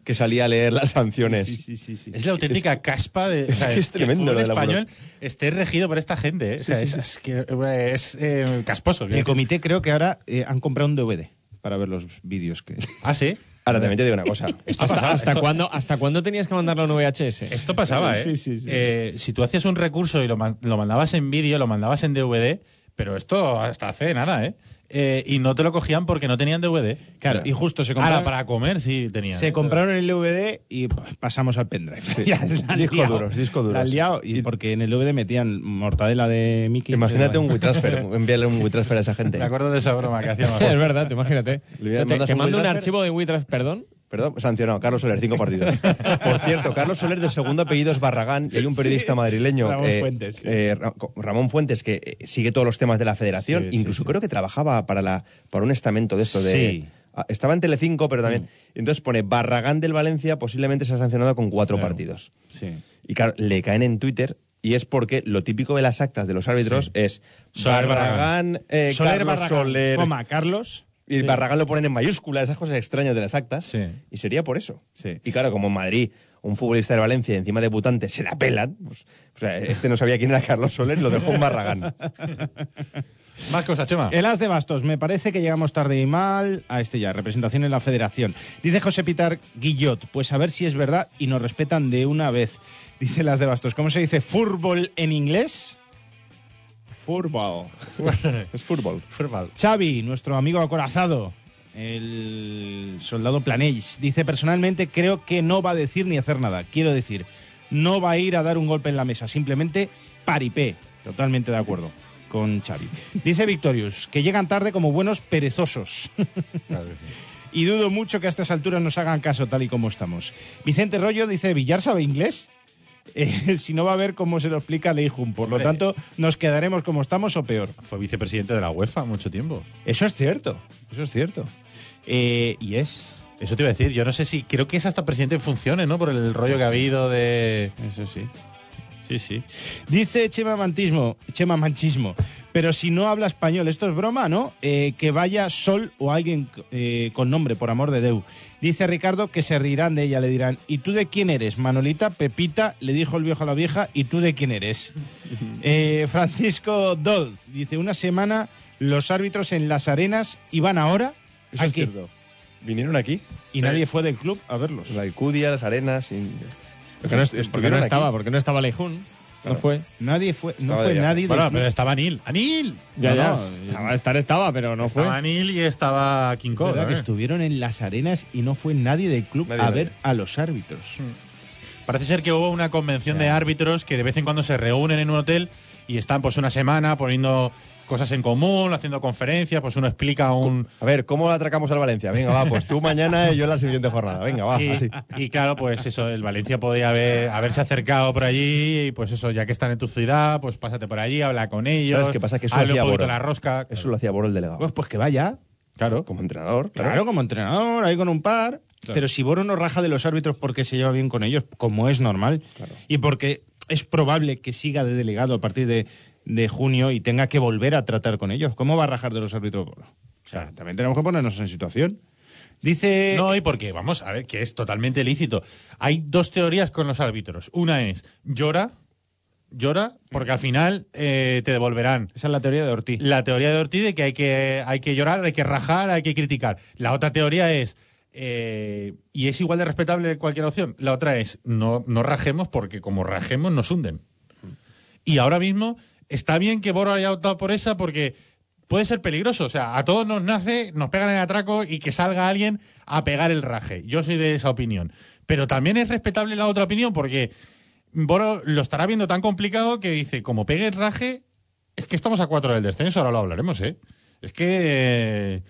Speaker 4: que salía a leer las sanciones.
Speaker 3: sí, sí.
Speaker 2: Es la auténtica caspa de. o sea,
Speaker 4: es que es
Speaker 2: el
Speaker 4: tremendo
Speaker 2: fútbol
Speaker 4: lo de la
Speaker 2: español
Speaker 4: bulo-
Speaker 2: esté regido por esta gente. ¿eh? O sea, es, es que, eh, es, eh, casposo. quiero
Speaker 3: El
Speaker 2: decir.
Speaker 3: comité creo que ahora eh, han comprado un DVD para ver los vídeos que
Speaker 2: Ah, sí.
Speaker 4: Ahora también te digo una cosa.
Speaker 2: Esto
Speaker 5: ¿Hasta,
Speaker 2: pasaba.
Speaker 5: hasta
Speaker 2: esto,
Speaker 5: cuándo, ¿Hasta cuándo tenías que mandarlo a un VHS?
Speaker 2: esto pasaba, ¿eh?
Speaker 3: Sí, sí, sí.
Speaker 2: Eh, Si tú hacías un recurso y lo, man- lo mandabas en vídeo, lo mandabas en DVD, pero esto hasta hace nada, ¿eh? Eh, y no te lo cogían porque no tenían DVD.
Speaker 3: Claro, y justo se
Speaker 2: Ahora,
Speaker 3: compraron,
Speaker 2: para comer sí tenían.
Speaker 3: se compraron el DVD y pues, pasamos al pendrive. Ya, la han
Speaker 4: Disco
Speaker 3: liado.
Speaker 4: duros, disco
Speaker 3: La han
Speaker 4: duros.
Speaker 3: liado, y porque en el DVD metían mortadela de Mickey.
Speaker 4: Imagínate un WeTransfer, enviarle un WeTransfer a esa gente.
Speaker 2: ¿Te acuerdas de esa broma que hacíamos?
Speaker 5: es verdad, te imagínate.
Speaker 4: Le voy a-
Speaker 5: Te-
Speaker 4: mandas
Speaker 5: Te
Speaker 4: un
Speaker 5: mando un
Speaker 4: WeTransfer.
Speaker 5: archivo de WeTrans, perdón.
Speaker 4: Perdón, sancionado. Carlos Soler, cinco partidos. Por cierto, Carlos Soler de segundo apellido es Barragán y hay un periodista madrileño,
Speaker 3: Ramón Fuentes.
Speaker 4: eh, Ra- co- Ramón Fuentes, que eh, sigue todos los temas de la federación.
Speaker 3: Sí, sí,
Speaker 4: Incluso
Speaker 3: sí.
Speaker 4: creo que trabajaba para, la, para un estamento de esto. De,
Speaker 3: Sí. Mm.
Speaker 4: Ah, Estaba en Telecinco, pero también... Entonces pone Barragán del Valencia posiblemente se ha sancionado con cuatro partidos.
Speaker 3: Sí.
Speaker 4: Y claro, le caen en Twitter y es porque lo típico de las actas de los árbitros es
Speaker 2: Soler
Speaker 4: Barragán, eh,
Speaker 3: Soler Ah.
Speaker 4: Carlos
Speaker 3: Barragán,
Speaker 4: Soler.
Speaker 3: coma, Carlos.
Speaker 4: Y Barragán lo ponen en mayúscula, esas cosas extrañas de las actas.
Speaker 2: Sí.
Speaker 4: Y sería por eso.
Speaker 3: Sí.
Speaker 4: Y claro, como en Madrid, un futbolista de Valencia encima debutante se la pelan. pues, o sea, este no sabía quién era Carlos Soler y lo dejó en Barragán.
Speaker 2: Más cosas, Chema.
Speaker 3: El as de bastos. Me parece que llegamos tarde y mal a este ya. Representación en la federación. Dice José Pitar Guillot. Pues a ver si es verdad y nos respetan de una vez. Dice las de bastos. ¿Cómo se dice fútbol en inglés? Fútbol.
Speaker 4: es fútbol.
Speaker 2: Fútbol.
Speaker 3: Xavi, nuestro amigo acorazado, el soldado Planells, dice personalmente creo que no va a decir ni hacer nada. Quiero decir, no va a ir a dar un golpe en la mesa, simplemente paripé. Totalmente de acuerdo con Xavi. Dice Victorious, que llegan tarde como buenos perezosos. y dudo mucho que a estas alturas nos hagan caso tal y como estamos. Vicente Rollo dice, ¿Villar sabe inglés? eh, si no va a ver cómo se lo explica Leijun. Por lo tanto, nos quedaremos como estamos o peor.
Speaker 2: Fue vicepresidente de la UEFA mucho tiempo.
Speaker 3: Eso es cierto, eso es cierto. Eh, y es...
Speaker 2: Eso te iba a decir, yo no sé si. Creo que es hasta presidente en funciones, ¿no? Por el rollo que ha habido de.
Speaker 5: Eso sí.
Speaker 2: Sí, sí.
Speaker 3: Dice Chema Mantismo, Chema Manchismo, pero si no habla español, esto es broma, ¿no? Eh, que vaya Sol o alguien eh, con nombre, por amor de Deu. Dice Ricardo que se rirán de ella, le dirán, ¿y tú de quién eres? Manolita, Pepita, le dijo el viejo a la vieja, ¿y tú de quién eres? Eh, Francisco Dolz dice, una semana los árbitros en las arenas y van ahora
Speaker 4: Eso
Speaker 3: aquí".
Speaker 4: es cierto. Vinieron aquí.
Speaker 3: y nadie fue del club a verlos.
Speaker 4: La Alcudia, las arenas. y-
Speaker 5: Porque no,
Speaker 4: Estuvieron
Speaker 5: porque no
Speaker 4: aquí.
Speaker 5: estaba, porque no estaba Leijun. No fue.
Speaker 3: Nadie fue, no
Speaker 4: Estaba
Speaker 3: fue
Speaker 4: ya.
Speaker 3: nadie del
Speaker 2: Bueno,
Speaker 3: club.
Speaker 2: pero estaba Anil. ¡Anil!
Speaker 5: Ya,
Speaker 3: No,
Speaker 5: ya.
Speaker 3: no,
Speaker 5: estaba- estar estaba, pero no fue.
Speaker 2: Estaba Anil y estaba King Kong.
Speaker 3: ¿Verdad?
Speaker 2: ¿eh?
Speaker 3: que estuvieron en las arenas y no fue nadie del club
Speaker 4: Nadie,
Speaker 3: a
Speaker 4: nadie.
Speaker 3: ver a los árbitros.
Speaker 2: Mm. Parece ser que hubo una convención de árbitros que de vez en cuando se reúnen en un hotel y están pues una semana poniendo cosas en común, haciendo conferencias, pues uno explica un...
Speaker 4: A ver, ¿cómo la atracamos al Valencia? Venga, va, pues tú mañana y yo en la siguiente jornada. Venga, va,
Speaker 2: Y,
Speaker 4: así.
Speaker 2: y claro, pues eso, el Valencia podría haber, haberse acercado por allí y pues eso, ya que están en tu ciudad, pues pásate por allí, habla con ellos,
Speaker 4: ¿Sabes qué pasa? Que eso
Speaker 2: hazle un
Speaker 4: hacía
Speaker 2: poquito
Speaker 4: Boro.
Speaker 2: la rosca.
Speaker 4: Eso lo hacía Boro el delegado.
Speaker 3: Pues, pues que vaya.
Speaker 2: Claro.
Speaker 4: Como entrenador,
Speaker 3: Claro,
Speaker 4: claro.
Speaker 3: como entrenador, ahí con un par. Pero si Boro no raja de los árbitros porque se lleva bien con ellos, como es normal, y porque es probable que siga de delegado a partir de, de junio y tenga que volver a tratar con ellos, ¿cómo va a rajar de los árbitros Boro? O sea, también tenemos que ponernos en situación. Dice...
Speaker 2: No, y porque, vamos, a ver, que es totalmente lícito. Hay dos teorías con los árbitros. Una es, llora, llora, porque al final eh, te devolverán.
Speaker 3: Esa es la teoría de Ortiz.
Speaker 2: la teoría de Ortiz de que hay que, hay que llorar, hay que rajar, hay que criticar. La otra teoría es, eh, y es igual de respetable cualquier opción, la otra es, no, no rajemos porque como rajemos nos hunden. Y ahora mismo está bien que Boro haya optado por esa porque puede ser peligroso. O sea, a todos nos nace, nos pegan el atraco y que salga alguien a pegar el raje. Yo soy de esa opinión. Pero también es respetable la otra opinión porque Boro lo estará viendo tan complicado que dice, como pegue el raje, es que estamos a cuatro del descenso, ahora lo hablaremos, ¿eh? Es que... eh,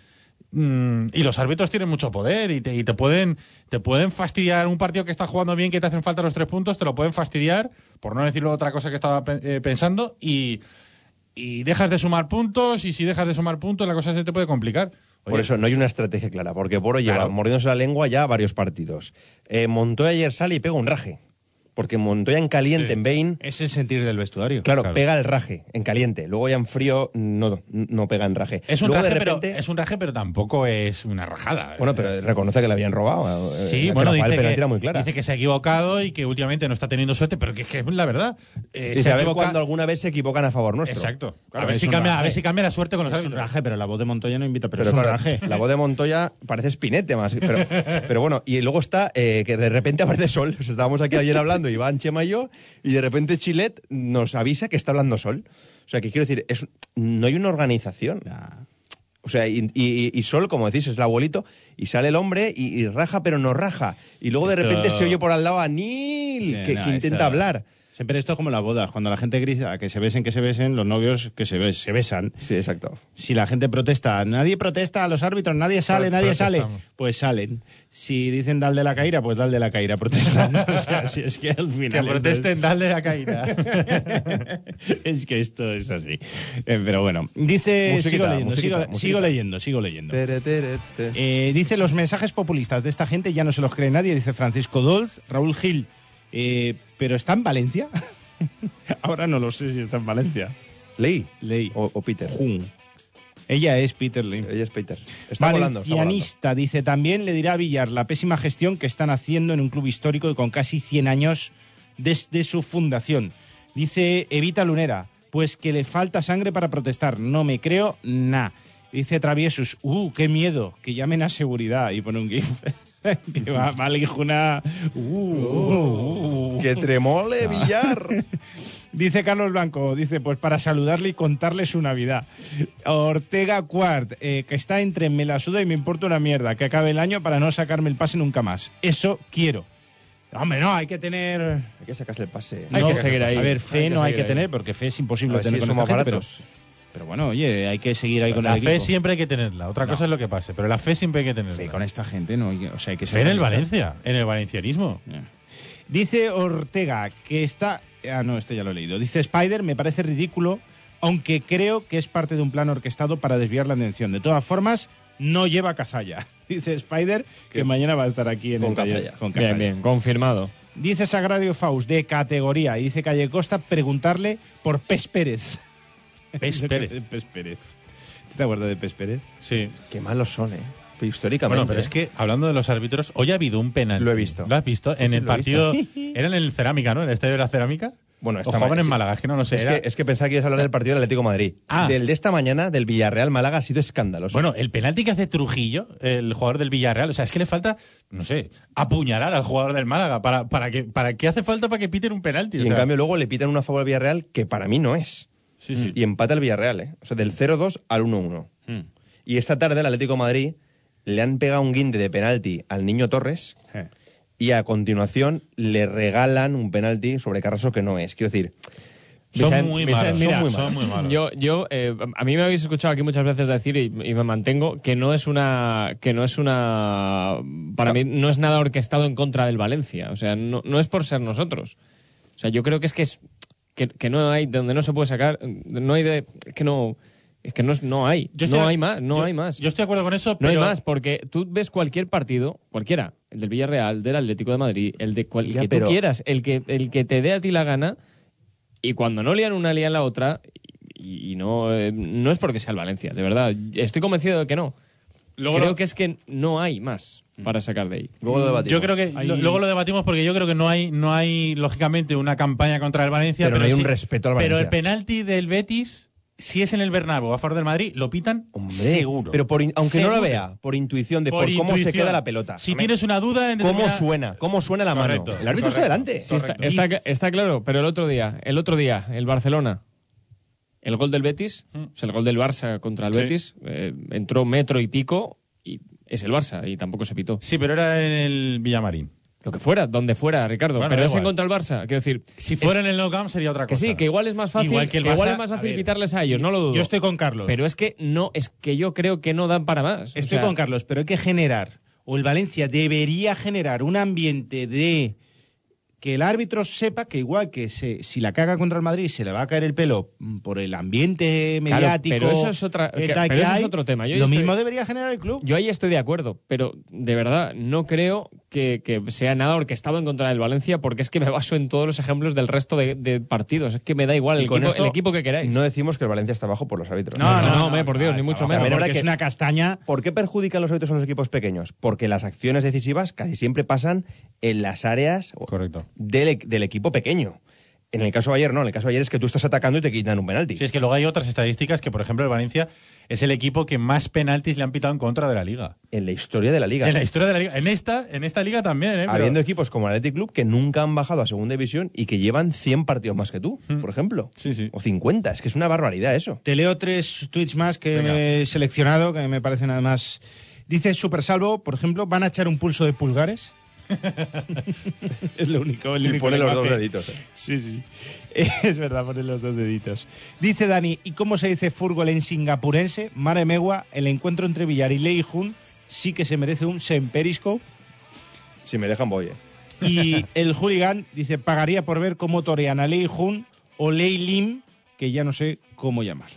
Speaker 2: mm, y los árbitros tienen mucho poder y te, y te pueden te pueden fastidiar un partido que está jugando bien, que te hacen falta los tres puntos, te lo pueden fastidiar, por no decirlo otra cosa que estaba pe- eh, pensando, y, y dejas de sumar puntos, y si dejas de sumar puntos la cosa se te puede complicar.
Speaker 4: Por
Speaker 2: Oye,
Speaker 4: eso no hay una estrategia clara, porque Boro lleva
Speaker 2: Claro.
Speaker 4: mordiéndose la lengua ya varios partidos. Eh, Montoya ayer sale y pega un raje. Porque Montoya en caliente,
Speaker 2: Sí.
Speaker 4: en Bain,
Speaker 3: Es el sentir del vestuario.
Speaker 4: claro,
Speaker 2: Claro.
Speaker 4: pega el raje en caliente. Luego ya en frío no, no pega en raje.
Speaker 2: Es un,
Speaker 4: Luego
Speaker 2: raje,
Speaker 4: de repente,
Speaker 2: pero, es un raje, pero tampoco es una rajada. eh.
Speaker 4: Bueno, pero reconoce que le habían robado. eh,
Speaker 2: Sí,
Speaker 4: que
Speaker 2: bueno,
Speaker 4: Rafael
Speaker 2: dice
Speaker 4: Pérez
Speaker 2: que,
Speaker 4: era muy clara.
Speaker 2: dice que se ha equivocado y que últimamente no está teniendo suerte, pero que es que es la verdad. Eh,
Speaker 4: Dice,
Speaker 2: se ha
Speaker 4: a ver
Speaker 2: equivoca-
Speaker 4: cuando alguna vez se equivocan a favor nuestro.
Speaker 2: Exacto.
Speaker 4: Claro,
Speaker 2: a, ver
Speaker 4: es
Speaker 2: si
Speaker 4: un
Speaker 2: cambia, a
Speaker 4: raje.
Speaker 2: ver si cambia la suerte con los
Speaker 3: Es un
Speaker 2: árbitros.
Speaker 3: raje, pero la voz de Montoya no invita, pero, es un
Speaker 4: claro,
Speaker 3: raje.
Speaker 4: La voz de Montoya parece espinete más. Pero, pero bueno, y luego está eh, que de repente aparece Sol. O sea, estábamos aquí ayer hablando, Iván, Chema y yo, y de repente Chilet nos avisa que está hablando Sol. O sea, que quiero decir, es, no hay una organización.
Speaker 3: Nah.
Speaker 4: O sea, y, y- y Sol, como decís, es el abuelito, y sale el hombre y, y raja, pero no raja. Y luego de
Speaker 3: Esto-
Speaker 4: repente se oye por al lado a Neil,
Speaker 3: Sí,
Speaker 4: que,
Speaker 3: no,
Speaker 4: que intenta
Speaker 3: esto-
Speaker 4: hablar.
Speaker 3: Siempre esto es como las bodas, cuando la gente grita que se besen, que se besen, los novios que se, be- se besan.
Speaker 4: Sí, exacto.
Speaker 3: Si la gente protesta, nadie protesta a los árbitros, nadie sale,
Speaker 2: Pro-
Speaker 3: nadie sale,
Speaker 2: protestamos.
Speaker 3: pues salen. Si dicen dal de la caíra, pues dal de la caíra, protestan. o sea, si es que al
Speaker 2: Que
Speaker 3: final... esto es-
Speaker 2: protesten, dale la caída.
Speaker 3: es que esto es así. Eh, pero bueno, dice...
Speaker 4: Musiquita,
Speaker 3: sigo leyendo,
Speaker 4: musiquita,
Speaker 3: sigo-
Speaker 4: musiquita.
Speaker 3: sigo leyendo, sigo leyendo.
Speaker 4: Tere, tere, tere.
Speaker 3: Eh, dice los mensajes populistas de esta gente ya no se los cree nadie, dice Francisco Dolz, Raúl Gil, eh, pero está en Valencia. Ahora no lo sé si está en Valencia.
Speaker 4: Leí.
Speaker 3: Ley.
Speaker 4: O, o Peter.
Speaker 3: Jun. Ella es Peter Lim.
Speaker 4: Ella es Peter. Está volando. está volando.
Speaker 3: Valencianista dice también le dirá a Villar la pésima gestión que están haciendo en un club histórico y con casi 100 años desde su fundación. Dice Evita Lunera, pues que le falta sangre para protestar, no me creo nada. Dice Traviesus, uh, qué miedo, que llamen a seguridad y pone un gif. Que va, va Leijuna, uh, uh, uh.
Speaker 4: Que tremole, Villar.
Speaker 3: Dice Carlos Blanco, dice, pues para saludarle y contarle su Navidad. Ortega Cuart, eh, que está entre me la suda y me importa una mierda, que acabe el año para no sacarme el pase nunca más. Eso quiero. Hombre, no, hay que tener...
Speaker 4: Hay que sacarse el pase.
Speaker 5: Hay
Speaker 3: no,
Speaker 5: que seguir ahí.
Speaker 3: A ver, fe
Speaker 5: Hay que
Speaker 3: no hay
Speaker 5: seguir
Speaker 3: que
Speaker 5: ahí.
Speaker 3: tener, porque fe es imposible
Speaker 4: A ver
Speaker 3: tener
Speaker 4: si
Speaker 3: con
Speaker 4: somos
Speaker 3: esta gente,
Speaker 4: baratos.
Speaker 3: pero, pero bueno, oye, hay que seguir ahí con
Speaker 2: la
Speaker 3: el
Speaker 2: fe
Speaker 3: equipo.
Speaker 2: siempre hay que tenerla. Otra cosa es lo que pase, pero la fe siempre hay que tenerla.
Speaker 3: Fe con esta gente, no, hay que- o sea, hay que
Speaker 2: Fe en el
Speaker 3: realistas.
Speaker 2: Valencia, en el valencianismo.
Speaker 3: Ya. Dice Ortega que está... Ah, no, esto ya lo he leído. Dice Spider, me parece ridículo, aunque creo que es parte de un plan orquestado para desviar la atención. De todas formas, no lleva cazalla. Dice Spider que
Speaker 4: ¿Qué?
Speaker 3: mañana va a estar aquí en
Speaker 4: Con
Speaker 3: el taller.
Speaker 4: cazalla.
Speaker 3: Con
Speaker 5: Bien,
Speaker 3: cazalla.
Speaker 5: bien, confirmado.
Speaker 3: Dice Sagrario Faust, de categoría. Y dice Calle Costa, preguntarle por Pes Pérez.
Speaker 2: Pes Pérez.
Speaker 3: Pes Pérez. ¿Tú ¿Te acuerdas de Pes Pérez?
Speaker 2: Sí.
Speaker 4: Qué malos son, ¿eh? Pero históricamente. eh.
Speaker 2: Bueno, pero es que hablando de los árbitros, hoy ha habido un penal.
Speaker 4: Lo he visto.
Speaker 2: ¿Lo has visto? En
Speaker 4: sí,
Speaker 2: el
Speaker 4: lo he
Speaker 2: partido. Era en el Cerámica, ¿no? En el estadio de la Cerámica.
Speaker 4: Bueno,
Speaker 2: o
Speaker 4: esta
Speaker 2: jugaban
Speaker 4: ma-
Speaker 2: en
Speaker 4: sí.
Speaker 2: Málaga, es que no lo sé.
Speaker 4: Es
Speaker 2: era-
Speaker 4: que, es que pensaba que ibas a hablar del partido del Atlético de Madrid.
Speaker 2: Ah.
Speaker 4: Del de esta mañana, del Villarreal-Málaga, ha sido escandaloso.
Speaker 2: Pues Bueno, el penalti que hace Trujillo, el jugador del Villarreal, o sea, es que le falta, no sé, apuñalar al jugador del Málaga. ¿Para, para, que, para qué hace falta para que piten un penalti?
Speaker 4: y
Speaker 2: O
Speaker 4: en
Speaker 2: sea,
Speaker 4: cambio luego le pitan una favor al Villarreal que para mí no es.
Speaker 2: Sí, sí. Hmm.
Speaker 4: Y empata el Villarreal, ¿eh? O sea, del 0-2 al 1-1. Y esta tarde el Atlético de Madrid le han pegado un guinde de penalti al niño Torres
Speaker 2: Eh.
Speaker 4: y a continuación le regalan un penalti sobre Carrasco que no es. Quiero decir,
Speaker 2: son,
Speaker 5: Vicent-
Speaker 2: muy
Speaker 5: Vicent,
Speaker 2: malos,
Speaker 5: mira,
Speaker 2: son muy malos, son muy malos.
Speaker 5: Yo, yo eh, a mí me habéis escuchado aquí muchas veces decir y, y me mantengo que no es una, que no es una, para mí no es nada orquestado en contra del Valencia. O sea, no, no es por ser nosotros. O sea, yo creo que es que es que, que no hay donde no se puede sacar, no hay de que no es que no, es- no hay,
Speaker 2: Yo estoy-
Speaker 5: no hay más, no
Speaker 2: yo-
Speaker 5: hay más.
Speaker 2: Yo estoy de acuerdo con eso,
Speaker 5: No
Speaker 2: pero
Speaker 5: hay más, porque tú ves cualquier partido, cualquiera, el del Villarreal, del Atlético de Madrid, el de cual, el
Speaker 4: Ya,
Speaker 5: que
Speaker 4: pero-
Speaker 5: tú quieras, el que, el que te dé a ti la gana, y cuando no lían una, lían la otra, y, y no, eh, no es porque sea el Valencia, de verdad. Estoy convencido de que no.
Speaker 2: Luego
Speaker 5: Creo
Speaker 2: lo- Mm.
Speaker 5: que es que no hay más para sacar de ahí.
Speaker 4: luego lo debatimos.
Speaker 2: yo creo que lo-
Speaker 3: Ahí-
Speaker 2: luego lo debatimos porque yo creo que no hay, no hay lógicamente, una campaña contra el Valencia.
Speaker 4: Pero no hay un
Speaker 2: sí-
Speaker 4: respeto al
Speaker 2: Pero
Speaker 4: Valencia.
Speaker 2: el penalti del Betis, si es en el Bernabéu a favor del Madrid, lo pitan
Speaker 4: Hombre,
Speaker 2: seguro.
Speaker 4: Pero por in- aunque no lo
Speaker 2: Seguro.
Speaker 4: vea, por intuición de por, cómo se
Speaker 2: intuición.
Speaker 4: queda la pelota.
Speaker 2: Si
Speaker 4: Hombre,
Speaker 2: tienes una duda... en
Speaker 4: ¿Cómo
Speaker 2: determinada-
Speaker 4: suena? ¿Cómo suena la mano?
Speaker 2: Correcto,
Speaker 4: El árbitro está
Speaker 2: correcto.
Speaker 4: delante.
Speaker 5: Sí, está,
Speaker 2: Correcto.
Speaker 5: está- está claro, pero el otro día, el otro día, el Barcelona, el gol del Betis, o sea, el gol del Barça contra el
Speaker 2: Mm. Sí.
Speaker 5: Betis, eh, entró metro y pico y es el Barça y tampoco se pitó.
Speaker 2: Sí, pero era en el Villamarín.
Speaker 5: Lo que fuera, donde fuera, Ricardo.
Speaker 2: Bueno,
Speaker 5: pero
Speaker 2: da
Speaker 5: es en
Speaker 2: igual.
Speaker 5: contra el Barça. Quiero decir,
Speaker 2: Si fuera en el No Camp sería otra
Speaker 5: que
Speaker 2: cosa.
Speaker 5: sí, que igual es más fácil,
Speaker 2: Igual que el Barça,
Speaker 5: es más
Speaker 2: a
Speaker 5: fácil
Speaker 3: ver,
Speaker 5: quitarles a ellos, no lo dudo.
Speaker 3: Yo estoy con Carlos.
Speaker 5: Pero es que no, es que yo creo que no dan para más. O
Speaker 3: Estoy
Speaker 5: sea,
Speaker 3: con Carlos, pero hay que generar, o el Valencia debería generar un ambiente de que el árbitro sepa que igual que se, si la caga contra el Madrid se le va a caer el pelo mm, por el ambiente
Speaker 5: Claro,
Speaker 3: mediático.
Speaker 5: pero eso es otra-
Speaker 3: eh,
Speaker 5: que-
Speaker 3: tal
Speaker 5: pero eso es
Speaker 3: hay,
Speaker 5: otro tema. Yo
Speaker 3: lo
Speaker 5: estoy-
Speaker 3: mismo debería generar el club.
Speaker 5: Yo ahí estoy de acuerdo, pero de verdad no creo que, que sea nada orquestado en contra del Valencia, porque es que me baso en todos los ejemplos del resto de, de partidos. Es que me da igual
Speaker 4: Y
Speaker 5: el
Speaker 4: con
Speaker 5: equipo,
Speaker 4: esto,
Speaker 5: el equipo que queráis.
Speaker 4: No decimos que el Valencia está abajo por los árbitros.
Speaker 5: No, no, hombre, por Dios, ni
Speaker 3: está
Speaker 5: mucho
Speaker 3: bajo,
Speaker 5: menos.
Speaker 3: porque
Speaker 4: Porque
Speaker 3: es
Speaker 4: es
Speaker 3: una castaña.
Speaker 4: ¿Por qué perjudican los árbitros a los equipos pequeños? Porque las acciones decisivas casi siempre pasan en las áreas o-
Speaker 2: Correcto.
Speaker 4: del, e- del equipo pequeño. En el caso de ayer, no. En el caso de ayer es que tú estás atacando y te quitan un penalti.
Speaker 2: Sí, es que luego hay otras estadísticas que, por ejemplo, el Valencia es el equipo que más penaltis le han pitado en contra de la liga.
Speaker 4: En la historia de la liga.
Speaker 2: En la historia de la liga. En esta, en esta liga también, ¿eh? Pero-
Speaker 4: Habiendo equipos como el Athletic Club que nunca han bajado a segunda división y que llevan 100 partidos más que tú, por ejemplo.
Speaker 2: Hmm. Sí, sí.
Speaker 4: O 50. Es que es una barbaridad eso.
Speaker 3: Te leo tres tweets más que
Speaker 2: Venga.
Speaker 3: he seleccionado, que me parecen además. Dice Super Salvo, por ejemplo, van a echar un pulso de pulgares. es lo único. el único lenguaje.
Speaker 4: deditos. eh.
Speaker 3: Sí, sí. Es verdad, poner los dos deditos. Dice Dani, ¿y cómo se dice fútbol en singapurense? Mare megua, el encuentro entre Villar y Lei Jun sí que se merece un semperisco.
Speaker 4: Si me dejan, voy. eh.
Speaker 3: Y el hooligan dice, pagaría por ver cómo torean a Lei Jun o Lei Lim, que ya no sé cómo llamarla.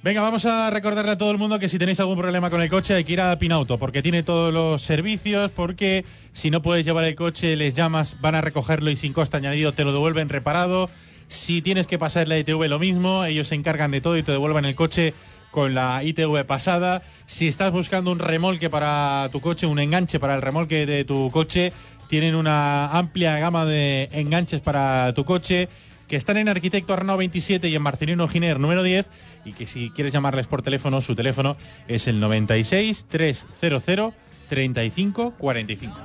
Speaker 2: Venga, vamos a recordarle a todo el mundo que si tenéis algún problema con el coche hay que ir a Pinauto, porque tiene todos los servicios, porque si no puedes llevar el coche, les llamas, van a recogerlo y sin coste añadido te lo devuelven reparado. Si tienes que pasar la ITV, lo mismo, ellos se encargan de todo y te devuelven el coche con la ITV pasada. Si estás buscando un remolque para tu coche, un enganche para el remolque de tu coche, tienen una amplia gama de enganches para tu coche que están en Arquitecto Arnau 27 y en Marcelino Giner número 10 y que si quieres llamarles por teléfono, su teléfono es el 96 300 35 45.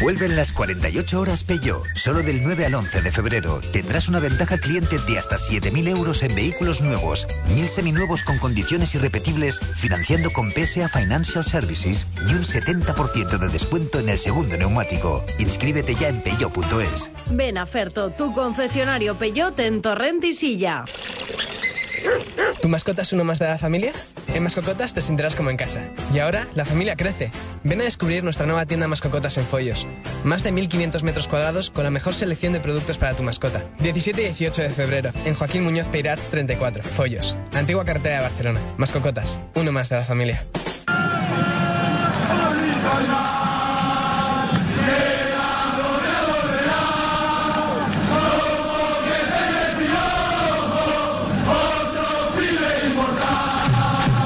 Speaker 6: Vuelven las 48 horas Peugeot. Solo del 9 al 11 de febrero tendrás una ventaja cliente de hasta 7.000 euros en vehículos nuevos, 1.000 seminuevos con condiciones irrepetibles, financiando con PSA Financial Services y un 70% de descuento en el segundo neumático. Inscríbete ya en peugeot.es.
Speaker 7: Ven a Ferto, tu concesionario Peyote en Torrent y Silla.
Speaker 8: ¿Tu mascota es uno más de la familia? En Mascocotas te sentirás como en casa. Y ahora, la familia crece. Ven a descubrir nuestra nueva tienda Mascocotas en Follos. Más de 1.500 metros cuadrados con la mejor selección de productos para tu mascota. 17 y 18 de febrero, en Joaquín Muñoz Peirats 34, Follos. Antigua carretera de Barcelona. Mascocotas, uno más de la familia.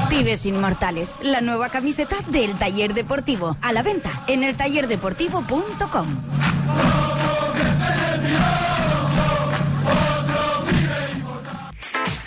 Speaker 9: Pibes Inmortales, la nueva camiseta del taller deportivo, a la venta en el tallerdeportivo.com.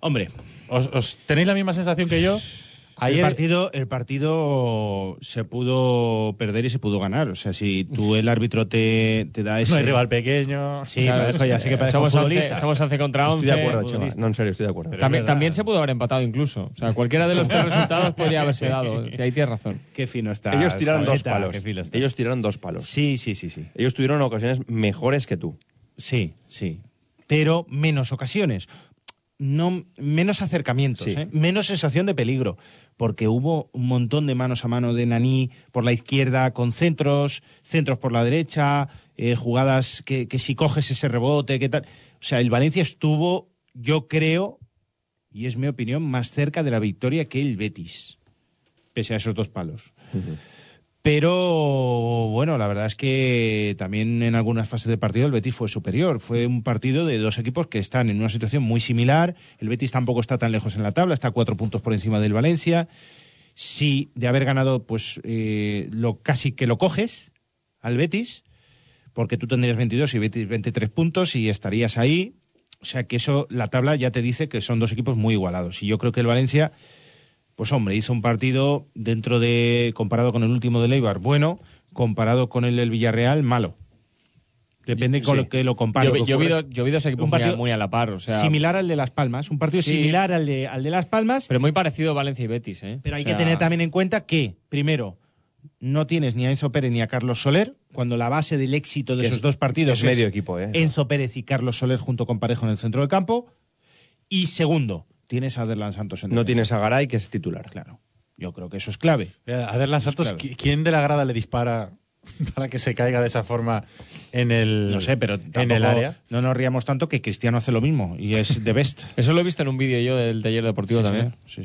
Speaker 3: Hombre,
Speaker 2: ¿Os, os tenéis la misma sensación que yo?
Speaker 3: el,
Speaker 2: Ayer,
Speaker 3: partido, el partido se pudo perder y se pudo ganar. O sea, si tú el árbitro te, te da ese...
Speaker 2: no hay rival pequeño.
Speaker 3: Sí,
Speaker 5: Claro, eh,
Speaker 3: parezco ya, sí que parezco
Speaker 5: somos,
Speaker 3: futbolista.
Speaker 5: 11, somos 11 contra 11.
Speaker 4: Estoy de acuerdo, Chema.
Speaker 5: futbolista.
Speaker 4: No, en serio, estoy de acuerdo.
Speaker 5: También,
Speaker 3: es verdad.
Speaker 5: también se pudo haber empatado incluso. O sea, cualquiera de los tres resultados podría haberse dado. Y ahí tienes razón.
Speaker 3: Qué fino está.
Speaker 4: Ellos tiraron dos
Speaker 3: Saeta,
Speaker 4: palos.
Speaker 3: qué fino está.
Speaker 4: Ellos tiraron dos palos.
Speaker 3: Sí, sí, sí, sí.
Speaker 4: Ellos tuvieron ocasiones mejores que tú.
Speaker 3: Sí, sí. Pero menos ocasiones. No, menos acercamientos,
Speaker 4: Sí.
Speaker 3: ¿eh? menos sensación de peligro, porque hubo un montón de manos a mano de Naní por la izquierda, con centros, centros por la derecha, eh, jugadas que, que si coges ese rebote, qué tal. O sea, el Valencia estuvo, yo creo, y es mi opinión, más cerca de la victoria que el Betis, pese a esos dos palos. Pero bueno, la verdad es que también en algunas fases del partido el Betis fue superior. Fue un partido de dos equipos que están en una situación muy similar. El Betis tampoco está tan lejos en la tabla, está a cuatro puntos por encima del Valencia. Si de haber ganado, pues eh, lo casi que lo coges al Betis, porque tú tendrías 22 y Betis 23 puntos y estarías ahí. O sea que eso, la tabla ya te dice que son dos equipos muy igualados. Y yo creo que el Valencia pues hombre, hizo un partido dentro de, comparado con el último de Leibar, bueno, comparado con el del Villarreal, malo. Depende con
Speaker 4: Sí.
Speaker 3: lo que lo compares.
Speaker 5: Yo, vi- yo vi, dos- yo vi dos
Speaker 3: pues Un
Speaker 5: equipos muy a,
Speaker 3: partido
Speaker 5: muy a la par. O sea,
Speaker 3: similar al de Las Palmas, un partido
Speaker 5: Sí.
Speaker 3: similar al de, al de Las Palmas, pero,
Speaker 5: Pero muy parecido Valencia y Betis. ¿eh?
Speaker 3: hay
Speaker 5: O sea,
Speaker 3: que tener también en cuenta que, primero, no tienes ni a Enzo Pérez ni a Carlos Soler, cuando la base del éxito de
Speaker 4: Es-
Speaker 3: esos dos partidos
Speaker 4: es medio equipo, ¿eh?
Speaker 3: Enzo Pérez y Carlos Soler junto con Parejo en el centro del campo. Y segundo, tienes a Aderlan Santos en
Speaker 4: No
Speaker 3: defensa.
Speaker 4: tienes a Garay, que es titular.
Speaker 3: Claro. Yo creo que eso es clave.
Speaker 2: Eh, Aderlan Santos,
Speaker 3: Claro.
Speaker 2: ¿qui- ¿quién de la grada le dispara para que se caiga de esa forma en el,
Speaker 3: No sé, pero
Speaker 2: en
Speaker 3: tampoco
Speaker 2: el área.
Speaker 3: no nos ríamos tanto que Cristiano hace lo mismo y es the best.
Speaker 5: Eso lo he visto en un vídeo yo del taller deportivo
Speaker 3: Sí,
Speaker 5: también.
Speaker 3: sí,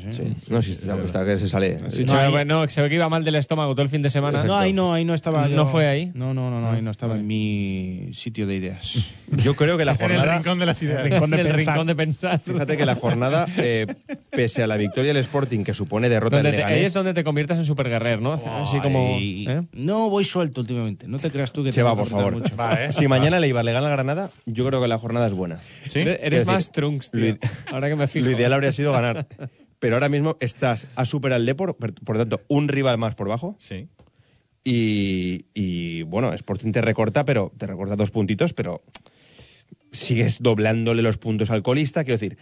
Speaker 4: No, si está, está que se sale.
Speaker 5: Sí,
Speaker 3: No,
Speaker 5: chaval,
Speaker 3: ahí-
Speaker 5: bueno, que se ve que iba mal del estómago todo el fin de semana.
Speaker 3: No, ahí no, ahí no estaba. yo.
Speaker 5: ¿No fue ahí?
Speaker 3: No, no, no, no, ahí no estaba en mi sitio de ideas.
Speaker 4: Yo creo que la
Speaker 3: En el
Speaker 4: jornada.
Speaker 3: rincón de las ideas. El rincón de
Speaker 4: En el
Speaker 3: pensar.
Speaker 5: rincón de pensar.
Speaker 4: Fíjate que la jornada, eh, pese a la victoria del Sporting, que supone derrota
Speaker 5: Donde
Speaker 4: del
Speaker 5: te- ahí
Speaker 4: Leganés,
Speaker 5: es donde te conviertes en superguerrer, ¿no? Así como...
Speaker 4: Ay.
Speaker 5: ¿eh?
Speaker 3: No voy suelto últimamente, no te creas tú que te
Speaker 4: Cheva,
Speaker 3: voy a
Speaker 4: por
Speaker 3: cortar
Speaker 4: favor.
Speaker 3: mucho.
Speaker 4: Si mañana le iba le gana a Granada, yo creo que la jornada es buena.
Speaker 5: Eres
Speaker 4: Quiero decir,
Speaker 5: más trunks, tío.
Speaker 4: lo ide-
Speaker 5: Ahora que me fijo.
Speaker 4: Lo ideal habría sido ganar. Pero ahora mismo estás a superar al Depor, per- por lo tanto, un rival más por bajo.
Speaker 2: Sí.
Speaker 4: Y, y, bueno, Sporting te recorta, pero te recorta dos puntitos, pero sigues doblándole los puntos al colista. Quiero decir,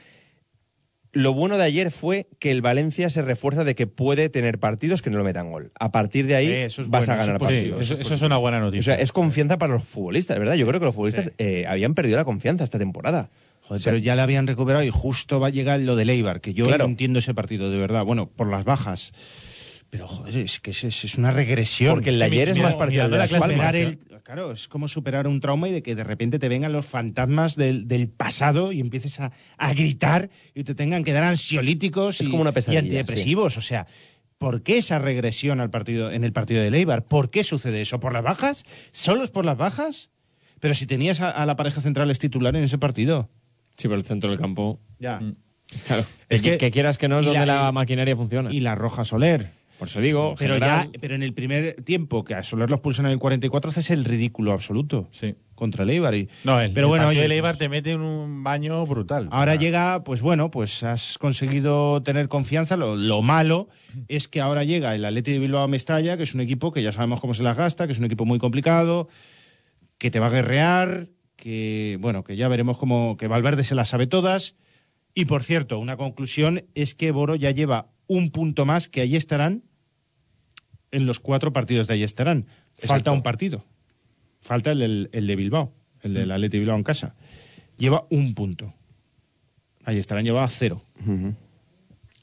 Speaker 4: lo bueno de ayer fue que el Valencia se refuerza de que puede tener partidos que no le metan gol. A partir de ahí
Speaker 2: Eh, eso es
Speaker 4: vas
Speaker 2: bueno,
Speaker 4: a ganar
Speaker 2: eso es positivo,
Speaker 4: partidos.
Speaker 2: eso- eso es una buena noticia.
Speaker 4: O sea, es confianza para los futbolistas, ¿verdad? Yo creo que los futbolistas eh, habían perdido la confianza esta temporada.
Speaker 3: Joder, pero ya la habían recuperado y justo va a llegar lo de Leibar, que yo
Speaker 4: Claro.
Speaker 3: no entiendo ese partido, de verdad. Bueno, por las bajas. Pero, joder, es que es, es- es una regresión.
Speaker 4: Porque el de
Speaker 3: que
Speaker 4: ayer es
Speaker 3: mira-
Speaker 4: más parcial
Speaker 3: mirando
Speaker 4: de
Speaker 3: la
Speaker 4: Las
Speaker 3: clase-
Speaker 4: Palmas. ¿eh?
Speaker 3: superar el- claro, es como superar un trauma y de que de repente te vengan los fantasmas del, del pasado y empieces a, a gritar y te tengan que dar ansiolíticos
Speaker 4: Es
Speaker 3: y,
Speaker 4: como una
Speaker 3: y
Speaker 4: pesadilla,
Speaker 3: antidepresivos. O sea, ¿por qué esa regresión al partido, en el partido de Leibar? ¿Por qué sucede eso? ¿Por las bajas? ¿Solo es por las bajas? Pero si tenías a, a la pareja central es titular en ese partido.
Speaker 5: Sí, pero el centro del campo...
Speaker 3: Ya.
Speaker 2: Mm.
Speaker 5: Claro.
Speaker 3: Es
Speaker 5: que,
Speaker 3: que-
Speaker 5: que quieras que no es
Speaker 3: y la-
Speaker 5: donde la, maquinaria funciona.
Speaker 3: Y la Roja Soler.
Speaker 5: Por eso digo,
Speaker 3: Pero
Speaker 5: general,
Speaker 3: ya, pero en el primer tiempo que a Soler los pulsan en el 44 haces el ridículo absoluto.
Speaker 2: Sí.
Speaker 3: Contra el Eibar. y-
Speaker 2: No, el,
Speaker 3: pero bueno,
Speaker 2: el partido
Speaker 3: oye,
Speaker 2: del Eibar te mete en un baño brutal.
Speaker 3: ahora llega, pues bueno, pues has conseguido tener confianza. Lo, lo malo es que ahora llega el Atleti de Bilbao a Mestalla, que es un equipo que ya sabemos cómo se las gasta, que es un equipo muy complicado, que te va a guerrear, que bueno, que ya veremos cómo que Valverde se las sabe todas. Y por cierto, una conclusión es que Boro ya lleva un punto más que allí estarán en los cuatro partidos de allí estarán. Falta un partido. Falta el, del- el de Bilbao, el del Atleti Bilbao en casa. Lleva un punto. Ahí estarán llevaba cero.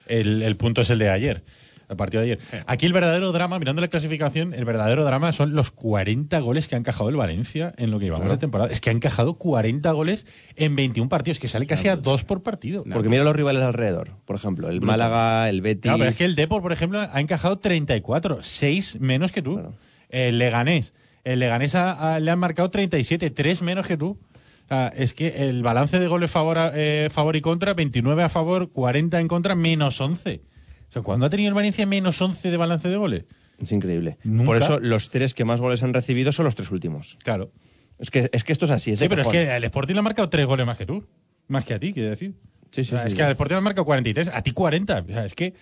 Speaker 2: El, el punto es el de ayer, el partido de ayer. Aquí el verdadero drama, mirando la clasificación, el verdadero drama son los 40 goles que ha encajado el Valencia en lo que llevamos
Speaker 4: Claro.
Speaker 2: de temporada. Es que ha encajado 40 goles en 21 partidos, que sale casi a dos por partido.
Speaker 4: Porque mira los rivales alrededor. Por ejemplo, el Málaga, el Betis.
Speaker 2: Claro, pero es que el Depor, por ejemplo, ha encajado 34, 6 menos que tú. El Leganés, el Leganés ha- ha- le han marcado 37, 3 menos que tú. O sea, es que el balance de goles favor, a- eh, favor y contra, 29 a favor, 40 en contra, menos 11. O sea, ¿cuándo ha tenido el Valencia menos 11 de balance de goles?
Speaker 4: Es increíble.
Speaker 2: Nunca.
Speaker 4: Por eso los tres que más goles han recibido son los tres últimos.
Speaker 2: Claro.
Speaker 4: Es que, es que esto es así. es
Speaker 2: Sí,
Speaker 4: de
Speaker 2: pero es
Speaker 4: cajón.
Speaker 2: que el Sporting le ha marcado 3 goles más que tú. Más que a ti, quiero decir.
Speaker 4: Sí, sí,
Speaker 2: O sea,
Speaker 4: sí,
Speaker 2: es
Speaker 4: sí.
Speaker 2: que al Sporting le han marcado 43, a ti 40. O sea, es que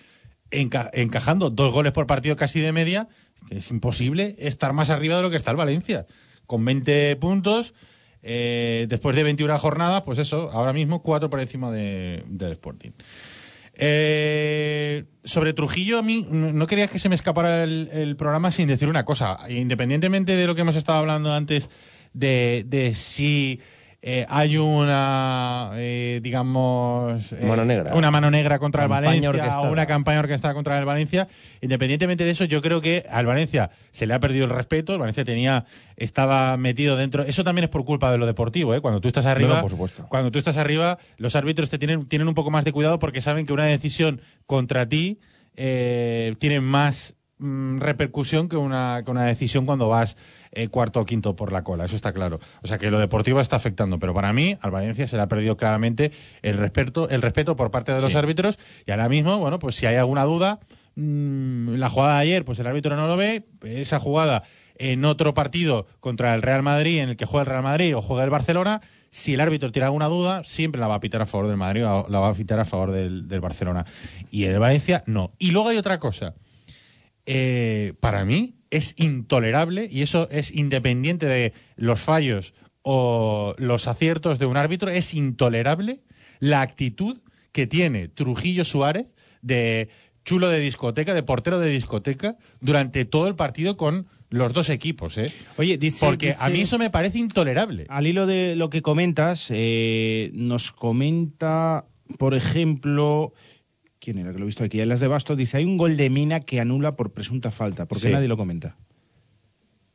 Speaker 2: enca- encajando dos goles por partido casi de media, es imposible estar más arriba de lo que está el Valencia. Con 20 puntos, eh, después de 21 jornadas, pues eso, ahora mismo cuatro por encima de- del Sporting. Eh, sobre Trujillo, a mí no no quería que se me escapara el, el programa sin decir una cosa. Independientemente de lo que hemos estado hablando antes, de, de si eh, hay una, eh, digamos... eh,
Speaker 4: Mano negra.
Speaker 2: Una mano negra contra
Speaker 4: Campaña
Speaker 2: el Valencia,
Speaker 4: orquestada.
Speaker 2: una campaña orquestada contra el Valencia. Independientemente de eso, yo creo que al Valencia se le ha perdido el respeto. El Valencia tenía estaba metido dentro. Eso también es por culpa de lo deportivo, ¿eh? Cuando tú estás arriba,
Speaker 4: No, no, por supuesto.
Speaker 2: cuando tú estás arriba, los árbitros te tienen, tienen un poco más de cuidado porque saben que una decisión contra ti eh, tiene más mm, repercusión que una, que una decisión cuando vas eh, cuarto o quinto por la cola, eso está claro. O sea que lo deportivo está afectando, pero para mí al Valencia se le ha perdido claramente el respeto, el respeto por parte de los árbitros y ahora mismo, bueno, pues si hay alguna duda, mm, la jugada de ayer, pues el árbitro no lo ve, esa jugada en otro partido contra el Real Madrid, en el que juega el Real Madrid o juega el Barcelona, si el árbitro tiene alguna duda, siempre la va a pitar a favor del Madrid o la va a pitar a favor del, del Barcelona. Y el Valencia, no. Y luego hay otra cosa. Eh, para mí es intolerable, y eso es independiente de los fallos o los aciertos de un árbitro, es intolerable la actitud que tiene Trujillo Suárez de chulo de discoteca, de portero de discoteca, durante todo el partido con los dos equipos. ¿eh?
Speaker 3: Oye, dice-
Speaker 2: Porque a
Speaker 3: dice-
Speaker 2: mí eso me parece intolerable.
Speaker 3: Al hilo de lo que comentas, eh, nos comenta, por ejemplo, ¿quién era que lo he visto aquí? En las de Bastos dice, hay un gol de Mina que anula por presunta falta. ¿Por qué
Speaker 2: Sí.
Speaker 3: nadie lo comenta?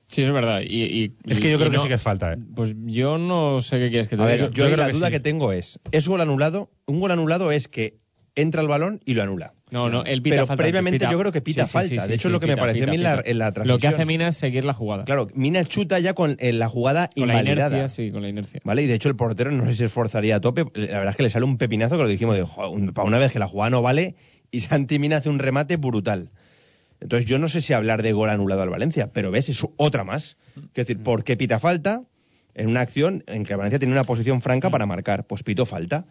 Speaker 5: Sí, es verdad. Y, y-
Speaker 2: Es que
Speaker 5: y-
Speaker 2: yo
Speaker 5: y
Speaker 2: creo que
Speaker 5: no-
Speaker 2: sí que es falta, ¿eh?
Speaker 5: Pues yo no sé qué quieres que te
Speaker 4: A ver,
Speaker 5: diga.
Speaker 4: yo, ahí la duda que tengo es, ¿es gol anulado? Un gol anulado es que entra el balón y lo anula.
Speaker 5: No, no, él pita
Speaker 4: Pero
Speaker 5: falta,
Speaker 4: previamente
Speaker 5: pita-
Speaker 4: yo creo que pita
Speaker 5: Sí, sí,
Speaker 4: falta.
Speaker 5: sí, sí,
Speaker 4: de hecho,
Speaker 5: sí,
Speaker 4: es lo que me
Speaker 5: pita,
Speaker 4: pareció a mí en
Speaker 5: pita,
Speaker 4: la,
Speaker 5: pita.
Speaker 4: en la
Speaker 5: Lo que
Speaker 4: transmisión.
Speaker 5: hace Mina es seguir la jugada.
Speaker 4: Claro, Mina chuta ya con eh, la jugada
Speaker 5: Con la
Speaker 4: invalidada.
Speaker 5: inercia, sí, con la inercia.
Speaker 4: ¿Vale? Y de hecho el portero no sé si se esforzaría a tope. La verdad es que le sale un pepinazo que lo dijimos, de, "Jo, un- para una vez que la jugada no vale, y Santi Mina hace un remate brutal. Entonces yo no sé si hablar de gol anulado al Valencia, pero ves, es otra más. Es decir, ¿por qué pita falta en una acción en que el Valencia tiene una posición
Speaker 3: Mm.
Speaker 4: franca para marcar? Pues pito falta.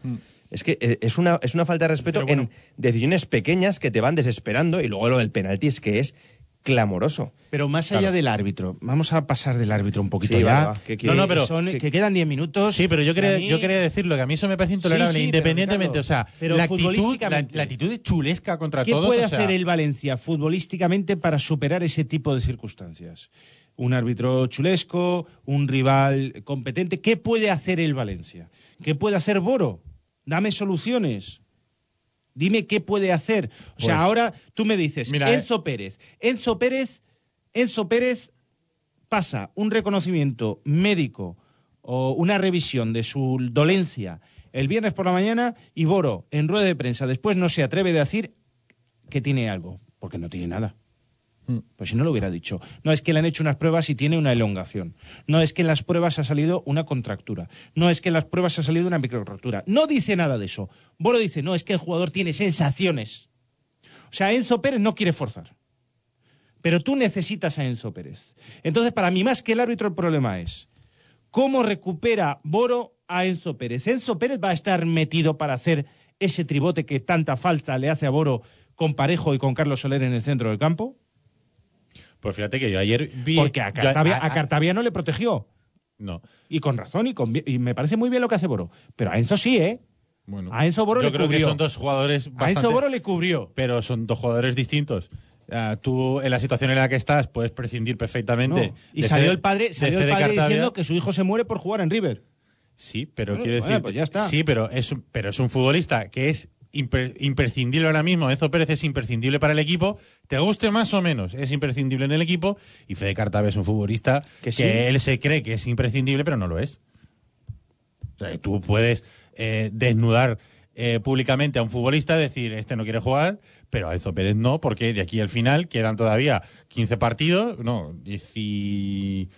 Speaker 4: Es que eh, es una, es una falta de respeto en decisiones pequeñas que te van desesperando y luego lo del penalti es que es clamoroso.
Speaker 3: Pero más allá del árbitro, vamos a pasar del árbitro un poquito
Speaker 4: Sí,
Speaker 3: ya.
Speaker 4: va, va, que- que- No, no, pero-
Speaker 3: son- que quedan 10 minutos.
Speaker 2: Sí, pero yo quería,
Speaker 3: A mí-
Speaker 2: yo quería decirlo, que a mí eso me parece intolerable,
Speaker 3: Sí, sí, pero,
Speaker 2: independientemente.
Speaker 3: Ricardo,
Speaker 2: o sea,
Speaker 3: pero
Speaker 2: la actitud, la,
Speaker 3: futbolísticamente.
Speaker 2: la actitud de chulesca contra
Speaker 3: ¿Qué
Speaker 2: todos.
Speaker 3: puede
Speaker 2: o sea,
Speaker 3: hacer el Valencia futbolísticamente para superar ese tipo de circunstancias? Un árbitro chulesco, un rival competente. ¿Qué puede hacer el Valencia? ¿Qué puede hacer Boro? Dame soluciones. Dime qué puede hacer. O sea,
Speaker 2: Pues-
Speaker 3: ahora tú me dices,
Speaker 2: Mira, eh.
Speaker 3: Enzo Pérez. Enzo Pérez, Enzo Pérez pasa un reconocimiento médico o una revisión de su dolencia el viernes por la mañana y Boro, en rueda de prensa, después no se atreve a decir que tiene algo, porque no tiene nada. Pues si no lo hubiera dicho. No es que le han hecho unas pruebas y tiene una elongación. No es que en las pruebas ha salido una contractura. No es que en las pruebas ha salido una microrrotura. No dice nada de eso. Boro dice, no, es que el jugador tiene sensaciones. O sea, Enzo Pérez no quiere forzar. Pero tú necesitas a Enzo Pérez. Entonces, para mí, más que el árbitro, el problema es cómo recupera Boro a Enzo Pérez. Enzo Pérez va a estar metido para hacer ese tribote que tanta falta le hace a Boro con Parejo y con Carlos Soler en el centro del campo.
Speaker 2: Pues fíjate que yo ayer vi.
Speaker 3: Porque a
Speaker 2: yo-
Speaker 3: Cartavia,
Speaker 2: a-
Speaker 3: a Cartavia no le protegió.
Speaker 2: No.
Speaker 3: Y con razón, y, con bien- y me parece muy bien lo que hace Boro. Pero a Enzo sí, ¿eh? a Enzo Boro
Speaker 2: yo
Speaker 3: le
Speaker 2: creo
Speaker 3: cubrió.
Speaker 2: que son dos jugadores
Speaker 3: a
Speaker 2: bastante-
Speaker 3: Enzo Boro le cubrió.
Speaker 2: pero son dos jugadores distintos. Ah, tú, en la situación en la que estás, puedes prescindir perfectamente.
Speaker 3: No. Y
Speaker 2: de
Speaker 3: salió
Speaker 2: Fede-
Speaker 3: el padre,
Speaker 2: de
Speaker 3: salió el
Speaker 2: Fede
Speaker 3: padre
Speaker 2: Cartavia.
Speaker 3: diciendo que su hijo se muere por jugar en River.
Speaker 2: Sí, pero
Speaker 3: Bueno,
Speaker 2: quiero
Speaker 3: bueno,
Speaker 2: decir.
Speaker 3: pues ya está.
Speaker 2: Sí, pero es, un- pero es un futbolista que es imper- imprescindible ahora mismo. Enzo Pérez es imprescindible para el equipo. Te guste más o menos, es imprescindible en el equipo. Y Fede Cartavia es un futbolista que,
Speaker 3: sí.
Speaker 2: él se cree que es imprescindible, pero no lo es. O sea, tú puedes eh, desnudar eh, públicamente a un futbolista, decir, este no quiere jugar, pero a Enzo Pérez no, porque de aquí al final quedan todavía 15 partidos, no, 16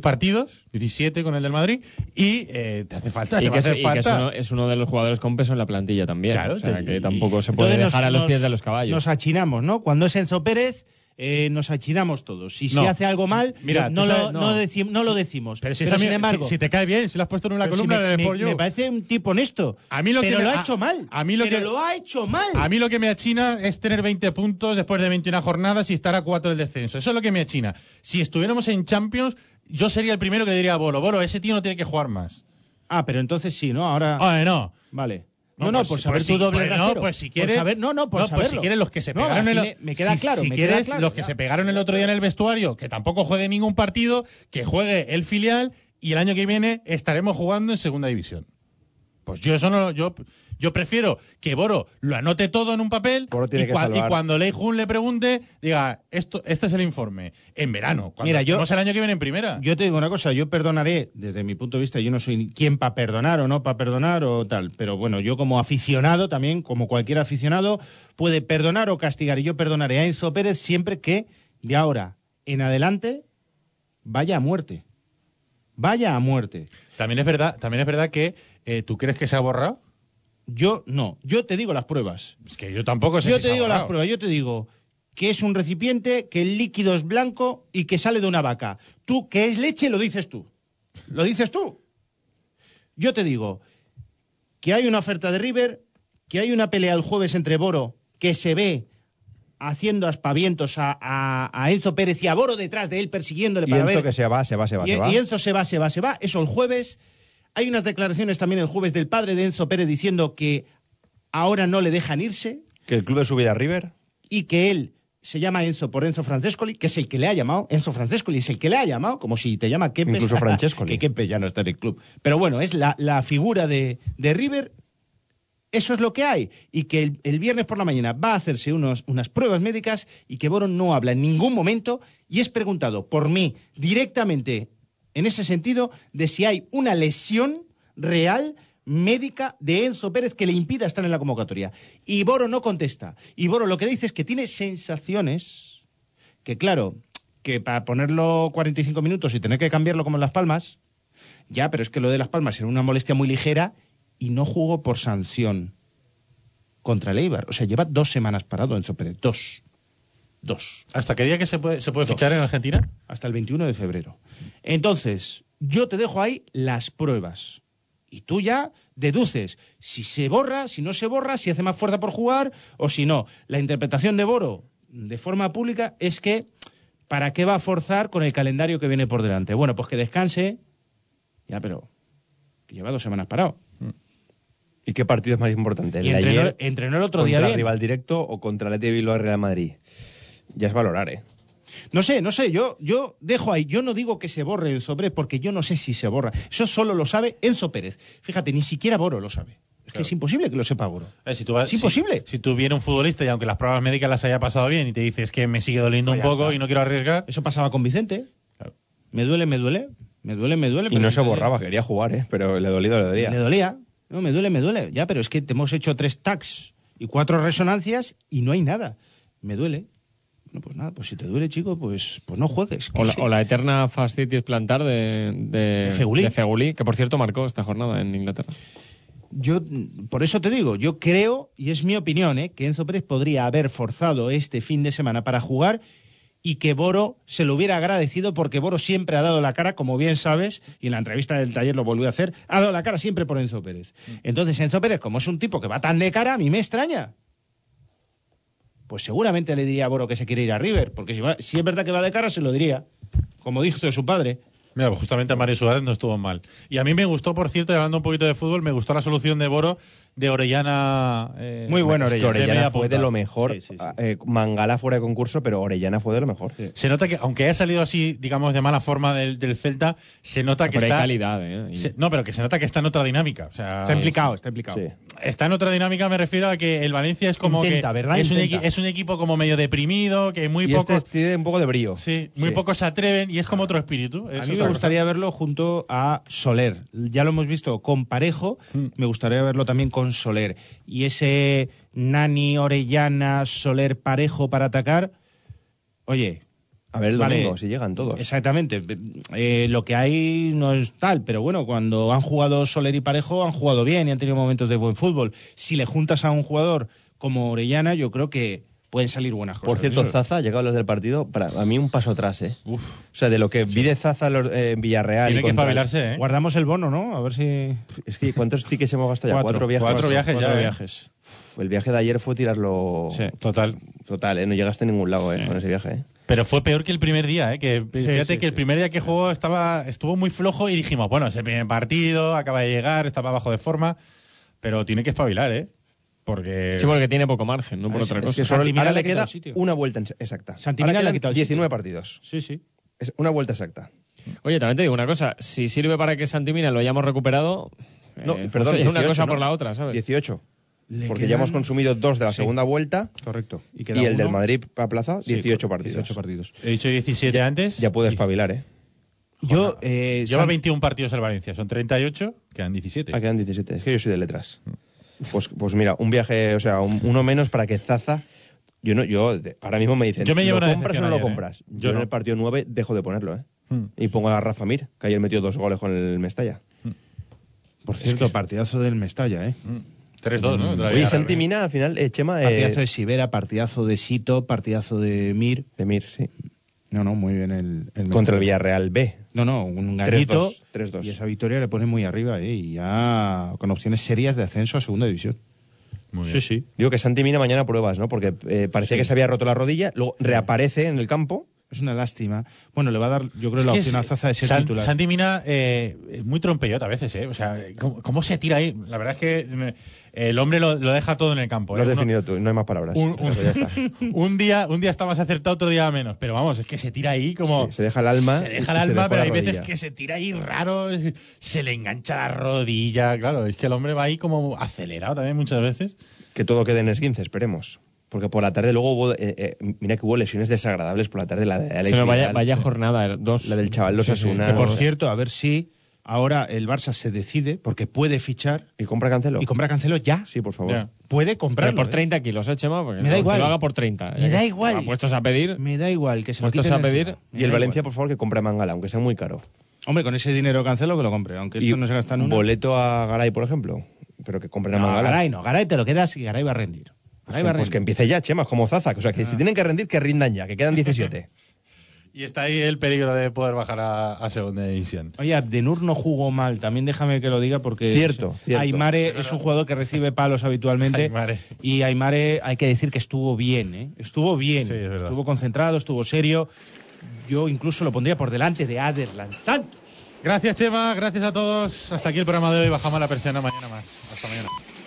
Speaker 2: partidos, 17 con el del Madrid, y eh, te hace falta, te
Speaker 5: Y
Speaker 2: va
Speaker 5: que,
Speaker 2: a
Speaker 5: es,
Speaker 2: hacer
Speaker 5: y que es
Speaker 2: falta.
Speaker 5: uno, es uno de los jugadores con peso en la plantilla también.
Speaker 2: Claro,
Speaker 5: o sea,
Speaker 2: te-
Speaker 5: que tampoco se puede
Speaker 3: Entonces
Speaker 5: dejar a
Speaker 3: nos-
Speaker 5: los pies
Speaker 3: nos-
Speaker 5: de los caballos.
Speaker 3: Nos achinamos, ¿no? Cuando es Enzo Pérez, eh, nos achinamos todos. Y si
Speaker 2: No.
Speaker 3: hace algo mal,
Speaker 2: Mira,
Speaker 3: no,
Speaker 2: tú
Speaker 3: lo,
Speaker 2: sabes-
Speaker 3: no
Speaker 2: no.
Speaker 3: decim- no lo decimos.
Speaker 2: Pero si, es amigo-
Speaker 3: sin embargo,
Speaker 2: si, si te cae bien, si lo has puesto en una
Speaker 3: pero si
Speaker 2: columna
Speaker 3: me-
Speaker 2: de
Speaker 3: me,
Speaker 2: Sport Yo.
Speaker 3: me parece un tipo honesto.
Speaker 2: A mí lo
Speaker 3: pero
Speaker 2: que
Speaker 3: lo
Speaker 2: me-
Speaker 3: ha
Speaker 2: a-
Speaker 3: hecho mal.
Speaker 2: a mí lo
Speaker 3: pero
Speaker 2: que-
Speaker 3: lo ha hecho mal.
Speaker 2: A mí lo que me achina es tener 20 puntos después de 21 jornadas y estar a 4 del descenso. Eso es lo que me achina. Si estuviéramos en Champions, yo sería el primero que le diría a Bolo, Bolo, ese tío no tiene que jugar más.
Speaker 3: Ah, pero entonces sí, ¿no? Ahora.
Speaker 2: Oye, no.
Speaker 3: Vale. No, no, por
Speaker 2: si-
Speaker 3: saber
Speaker 2: pues
Speaker 3: tu
Speaker 2: si-
Speaker 3: doble
Speaker 2: pues
Speaker 3: rasero.
Speaker 2: No, pues si
Speaker 3: Por
Speaker 2: quieres.
Speaker 3: saber- no, no, por
Speaker 2: pues si
Speaker 3: saberlo.
Speaker 2: quieres los que se
Speaker 3: No,
Speaker 2: pegaron.
Speaker 3: así
Speaker 2: el o-
Speaker 3: me- me queda
Speaker 2: si,
Speaker 3: claro,
Speaker 2: Si
Speaker 3: me queda
Speaker 2: quieres
Speaker 3: claro,
Speaker 2: los que
Speaker 3: ya.
Speaker 2: se pegaron el otro día en el vestuario, que tampoco juegue ningún partido, que juegue el filial y el año que viene estaremos jugando en segunda división. Pues yo eso no, yo, yo prefiero que Boro lo anote todo en un papel
Speaker 4: Boro
Speaker 2: y,
Speaker 4: tiene que
Speaker 2: cua- y
Speaker 4: salvar.
Speaker 2: cuando Lei Jun le pregunte, diga, esto, este es el informe, en verano, cuando
Speaker 3: Mira, yo-
Speaker 2: estemos el año que viene en primera.
Speaker 3: Yo te digo una cosa, yo perdonaré, desde mi punto de vista, yo no soy ni quien para perdonar o no para perdonar o tal, pero bueno, yo como aficionado también, como cualquier aficionado, puede perdonar o castigar, y yo perdonaré a Enzo Pérez siempre que de ahora en adelante vaya a muerte. Vaya a muerte.
Speaker 2: También es verdad, también es verdad que eh, tú crees que se ha borrado.
Speaker 3: Yo no, yo te digo las pruebas.
Speaker 2: Es que yo tampoco sé
Speaker 3: Yo
Speaker 2: si
Speaker 3: te
Speaker 2: se ha
Speaker 3: digo las
Speaker 2: borrado.
Speaker 3: pruebas, yo te digo que es un recipiente, que el líquido es blanco y que sale de una vaca. Tú, que es leche, lo dices tú. Lo dices tú. Yo te digo que hay una oferta de River, que hay una pelea el jueves entre Boro, que se ve haciendo aspavientos a, a- a Enzo Pérez y a Boro detrás de él persiguiéndole
Speaker 4: Y
Speaker 3: para
Speaker 4: Enzo
Speaker 3: ver
Speaker 4: que se va, se va, se va,
Speaker 3: y,
Speaker 4: se va.
Speaker 3: y Enzo se va, se va, se va. Eso el jueves. Hay unas declaraciones también el jueves del padre de Enzo Pérez diciendo que ahora no le dejan irse
Speaker 4: Que el club de su vida River.
Speaker 3: y que él se llama Enzo por Enzo Francescoli, que es el que le ha llamado. Enzo Francescoli es el que le ha llamado, como si te llama Kempes.
Speaker 4: Incluso Francescoli.
Speaker 3: que Kempes ya no está en el club. Pero bueno, es la, la figura de, de River Eso es lo que hay. Y que el, el viernes por la mañana va a hacerse unos, unas pruebas médicas y que Boron no habla en ningún momento y es preguntado por mí directamente en ese sentido de si hay una lesión real médica de Enzo Pérez que le impida estar en la convocatoria. Y Boro no contesta. Y Boro lo que dice es que tiene sensaciones que, claro, que para ponerlo 45 minutos y tener que cambiarlo como en Las Palmas, ya, pero es que lo de Las Palmas era una molestia muy ligera y no jugó por sanción contra el Eibar. O sea, lleva dos semanas parado Enzo Pérez. Dos. Dos.
Speaker 2: ¿Hasta qué día que se puede, se puede fichar en Argentina?
Speaker 3: Hasta el 21 de febrero. Entonces, yo te dejo ahí las pruebas. Y tú ya deduces si se borra, si no se borra, si hace más fuerza por jugar o si no. La interpretación de Boro de forma pública es que ¿para qué va a forzar con el calendario que viene por delante? Bueno, pues que descanse. Ya, pero que lleva dos semanas parado.
Speaker 4: ¿Y qué partido es más importante? ¿El
Speaker 3: Y
Speaker 4: de
Speaker 3: entrenó-
Speaker 4: ayer
Speaker 3: entrenó el otro día
Speaker 4: contra
Speaker 3: bien.
Speaker 4: rival directo o contra el Athletic de Bilbao y Real Madrid? Ya es valorar, ¿eh?
Speaker 3: No sé, no sé, yo, yo dejo ahí, yo no digo que se borre Enzo Pérez porque yo no sé si se borra. Eso solo lo sabe Enzo Pérez. Fíjate, ni siquiera Boro lo sabe. Es que es imposible que lo sepa Boro.
Speaker 2: Eh, si tú vas-
Speaker 3: Es
Speaker 2: si-
Speaker 3: imposible.
Speaker 2: Si, tú viene un futbolista y aunque las pruebas médicas las haya pasado bien y te dices que me sigue doliendo un
Speaker 3: ya
Speaker 2: poco
Speaker 3: está.
Speaker 2: y no quiero arriesgar.
Speaker 3: Eso pasaba con Vicente. Me duele, me duele, me duele, me duele.
Speaker 4: Y
Speaker 3: pero
Speaker 4: no
Speaker 3: sí
Speaker 4: se
Speaker 3: que-
Speaker 4: borraba, quería jugar, ¿eh? Pero le dolido, le dolía.
Speaker 3: Me dolía. No, me duele, me duele. Ya, pero es que te hemos hecho tres tags y cuatro resonancias y no hay nada. Me duele. Bueno, pues nada, pues si te duele, chico, pues, pues no juegues.
Speaker 5: O la, o la eterna fascitis plantar de, de,
Speaker 3: De Fegulí.
Speaker 5: de Fegulí, que por cierto marcó esta jornada en Inglaterra.
Speaker 3: Yo, mm, por eso te digo, yo creo, y es mi opinión, ¿eh? que Enzo Pérez podría haber forzado este fin de semana para jugar y que Boro se lo hubiera agradecido porque Boro siempre ha dado la cara, como bien sabes, y en la entrevista del taller lo volvió a hacer, ha dado la cara siempre por Enzo Pérez. Entonces, Enzo Pérez, como es un tipo que va tan de cara, a mí me extraña. Pues seguramente le diría a Boro que se quiere ir a River, porque si, va- si es verdad que va de cara, se lo diría, como dijo su padre.
Speaker 2: Mira, pues justamente a Mario Suárez no estuvo mal. Y a mí me gustó, por cierto, y hablando un poquito de fútbol, me gustó la solución de Boro de Orellana. eh,
Speaker 4: Muy bueno,
Speaker 2: de
Speaker 4: Orellana.
Speaker 2: media
Speaker 4: fue
Speaker 2: punta.
Speaker 4: de lo mejor.
Speaker 2: Sí, sí, sí.
Speaker 4: Ah, eh, Mangala fuera de concurso, pero Orellana fue de lo mejor.
Speaker 2: Se nota que, aunque haya salido así, digamos, de mala forma del, del Celta, se nota que
Speaker 5: Pero hay
Speaker 2: está.
Speaker 5: calidad, ¿eh? Y-
Speaker 2: se- no, pero que se nota que está en otra dinámica. O sea,
Speaker 3: Está implicado, está implicado.
Speaker 2: Está en otra dinámica, me refiero a que el Valencia es como
Speaker 3: Intenta,
Speaker 2: que
Speaker 3: ¿verdad?
Speaker 2: Es, un
Speaker 3: Intenta.
Speaker 2: equi- es un equipo como medio deprimido, que muy
Speaker 4: y
Speaker 2: pocos
Speaker 4: este tiene un poco de brío.
Speaker 2: sí, muy
Speaker 4: Sí.
Speaker 2: pocos se atreven y es como otro espíritu. Es
Speaker 3: A
Speaker 2: otra
Speaker 3: mí me
Speaker 2: cosa.
Speaker 3: gustaría verlo junto a Soler. Ya lo hemos visto con Parejo, me gustaría verlo también con Soler. Y ese Nani, Orellana, Soler, Parejo para atacar. Oye.
Speaker 4: A ver el
Speaker 3: vale,
Speaker 4: domingo, si llegan todos.
Speaker 3: Exactamente. Eh, lo que hay no es tal, pero bueno, cuando han jugado Soler y Parejo, han jugado bien y han tenido momentos de buen fútbol. Si le juntas a un jugador como Orellana, yo creo que pueden salir buenas cosas. ¿eh?
Speaker 4: Por cierto,
Speaker 3: Eso-
Speaker 4: Zaza, llegado a los del partido, para a mí un paso atrás, ¿eh? O sea, de lo que vi de Zaza en los- eh, en Villarreal. y contra-
Speaker 3: Guardamos el bono, ¿no? A ver si.
Speaker 4: Es que ¿cuántos tickets hemos gastado ya?
Speaker 3: Cuatro.
Speaker 4: Cuatro, viajes.
Speaker 3: Cuatro viajes ya,
Speaker 4: Cuatro
Speaker 3: ¿eh?
Speaker 4: viajes. Uf, el viaje de ayer fue tirarlo.
Speaker 2: total.
Speaker 4: Total, ¿eh? No llegaste a ningún lado, ¿eh? Con ese viaje, ¿eh?
Speaker 2: Pero fue peor que el primer día, ¿eh? Que,
Speaker 4: Sí,
Speaker 2: fíjate
Speaker 4: sí,
Speaker 2: que el primer día que jugó estaba, estuvo muy flojo y dijimos, bueno, es el primer partido, acaba de llegar, estaba bajo de forma, pero tiene que espabilar, ¿eh? Porque...
Speaker 5: Sí, porque tiene poco margen, no por
Speaker 4: Es-
Speaker 5: otra
Speaker 4: es
Speaker 5: cosa.
Speaker 4: que solo- ahora le queda una vuelta en- exacta.
Speaker 5: Santimina
Speaker 4: Ahora
Speaker 5: le ha
Speaker 4: quedan
Speaker 5: quitado el sitio.
Speaker 4: 19 partidos.
Speaker 3: Sí, sí.
Speaker 4: Es una vuelta exacta.
Speaker 5: Oye, también te digo una cosa. Si sirve para que Santimina lo hayamos recuperado,
Speaker 4: No,
Speaker 5: eh, pues
Speaker 4: perdón,
Speaker 5: oye, una
Speaker 4: 18,
Speaker 5: cosa
Speaker 4: ¿no?
Speaker 5: por la otra, ¿sabes?
Speaker 4: 18. Porque
Speaker 5: quedan-
Speaker 4: ya hemos consumido dos de la
Speaker 5: Sí.
Speaker 4: segunda vuelta.
Speaker 3: Correcto. Y,
Speaker 4: el del Madrid aplazado, 18 partidos.
Speaker 3: 18 partidos.
Speaker 2: He dicho 17 antes.
Speaker 4: Ya puede espabilar, ¿eh?
Speaker 3: Yo, eh,
Speaker 2: Lleva
Speaker 4: San-
Speaker 2: 21 partidos al Valencia, son 38, quedan 17.
Speaker 4: Ah, quedan 17. Es que yo soy de letras. Pues, pues mira, un viaje, o sea, un- uno menos para que Zaza. Yo no, yo de- ahora mismo me dicen,
Speaker 2: Yo me llevo
Speaker 4: ¿lo
Speaker 2: una
Speaker 4: compras o no
Speaker 2: decepción
Speaker 4: lo
Speaker 2: ayer, ¿eh?
Speaker 4: compras?
Speaker 2: Yo
Speaker 4: Yo, en
Speaker 2: no.
Speaker 4: el partido 9 dejo de ponerlo, ¿eh?
Speaker 2: Hmm.
Speaker 4: Y pongo a Rafa Mir, que ayer metió dos goles con el Mestalla.
Speaker 2: Hmm.
Speaker 3: Por cierto, partidazo del Mestalla, ¿eh?
Speaker 2: 3-2, ¿no? De la
Speaker 4: Oye,
Speaker 2: Villarreal.
Speaker 4: Santi Mina, al final, eh, Chema. eh,
Speaker 3: Partidazo de Sibera, partidazo de Sito, partidazo de Mir.
Speaker 4: De Mir, sí.
Speaker 3: No, no, muy bien el,
Speaker 4: Contra
Speaker 3: Mestalla.
Speaker 4: el Villarreal B.
Speaker 3: No, no, un ganito.
Speaker 4: 3-2, 3-2.
Speaker 3: Y esa victoria le pone muy arriba, ¿eh? Y ya con opciones serias de ascenso a segunda división.
Speaker 4: Sí, sí. Digo que Santi Mina mañana pruebas, ¿no? Porque eh, parecía
Speaker 3: Sí.
Speaker 4: que se había roto la rodilla, luego reaparece en el campo.
Speaker 3: Es una lástima. Bueno, le va a dar, yo creo,
Speaker 2: Es
Speaker 3: la
Speaker 2: que
Speaker 3: opción a
Speaker 2: es-
Speaker 3: Zaza de ser
Speaker 2: San-
Speaker 3: titular.
Speaker 2: Santi Mina eh, es muy trompeyota a veces, ¿eh? O sea, ¿cómo, cómo se tira ahí? La verdad es que eh, El hombre lo, lo deja todo en el campo.
Speaker 4: Lo has
Speaker 2: ¿eh? Uno-
Speaker 4: definido tú, no hay más palabras.
Speaker 2: un, un-
Speaker 4: Eso ya está.
Speaker 2: un día, un día está más acertado, otro día menos. Pero vamos, es que se tira ahí como.
Speaker 4: Sí, se deja el alma
Speaker 2: Se
Speaker 4: y- y
Speaker 2: deja
Speaker 4: se
Speaker 2: el alma,
Speaker 4: dejó
Speaker 2: pero
Speaker 4: la
Speaker 2: hay veces
Speaker 4: rodilla.
Speaker 2: que se tira ahí raro, es- se le engancha la rodilla. Claro, es que el hombre va ahí como acelerado también muchas veces.
Speaker 4: Que todo quede en esguince, esperemos. Porque por la tarde luego hubo, eh, eh, mira que hubo lesiones desagradables por la tarde. La de Alex
Speaker 5: Se me vaya,
Speaker 4: Vidal,
Speaker 5: vaya jornada, eh, dos.
Speaker 4: La del chaval Los
Speaker 5: Sí, sí.
Speaker 4: Asuna.
Speaker 5: Que
Speaker 3: Por cierto, a ver si ahora el Barça se decide, porque puede fichar.
Speaker 4: ¿Y compra Cancelo?
Speaker 3: ¿Y compra Cancelo ya?
Speaker 4: Sí, por favor.
Speaker 5: Ya.
Speaker 3: Puede comprarlo.
Speaker 5: Pero por
Speaker 3: ¿eh?
Speaker 5: 30 kilos, ¿eh, Chema? Porque
Speaker 3: Me da
Speaker 5: no,
Speaker 3: igual.
Speaker 5: Que lo haga por 30.
Speaker 3: Me da igual.
Speaker 5: Ah, Puestos a pedir.
Speaker 3: Me da igual que se lo
Speaker 5: Puestos
Speaker 3: quiten
Speaker 5: a
Speaker 3: de
Speaker 5: pedir.
Speaker 3: encima. Me
Speaker 4: Y el
Speaker 3: da
Speaker 4: Valencia, por favor, que compre a Mangala, aunque sea muy caro.
Speaker 3: igual. Hombre, con ese dinero Cancelo que lo compre, aunque
Speaker 4: Y
Speaker 3: esto no se gasta en una.
Speaker 4: Boleto a Garay, por ejemplo. Pero que compren a
Speaker 3: No,
Speaker 4: Mangala.
Speaker 3: Garay no, Garay te lo quedas y Garay va a rendir.
Speaker 4: Pues
Speaker 3: Garay
Speaker 4: que,
Speaker 3: va a
Speaker 4: pues
Speaker 3: rendir.
Speaker 4: que empiece ya, Chema, como Zaza. O sea, que si tienen que rendir, que rindan ya, que quedan 17.
Speaker 2: Y está ahí el peligro de poder bajar a, a segunda división.
Speaker 3: Oye, Abdenur no jugó mal, también déjame que lo diga porque
Speaker 2: Cierto, cierto.
Speaker 3: Aymare es un jugador que recibe palos habitualmente
Speaker 2: Aymare.
Speaker 3: y Aymare hay que decir que estuvo bien, ¿eh? estuvo bien,
Speaker 2: Sí, es verdad.
Speaker 3: estuvo concentrado, estuvo serio. Yo incluso lo pondría por delante de Aderlan Santos.
Speaker 2: Gracias, Chema. Gracias a todos. Hasta aquí el programa de hoy. Bajamos la persiana mañana más. Hasta mañana.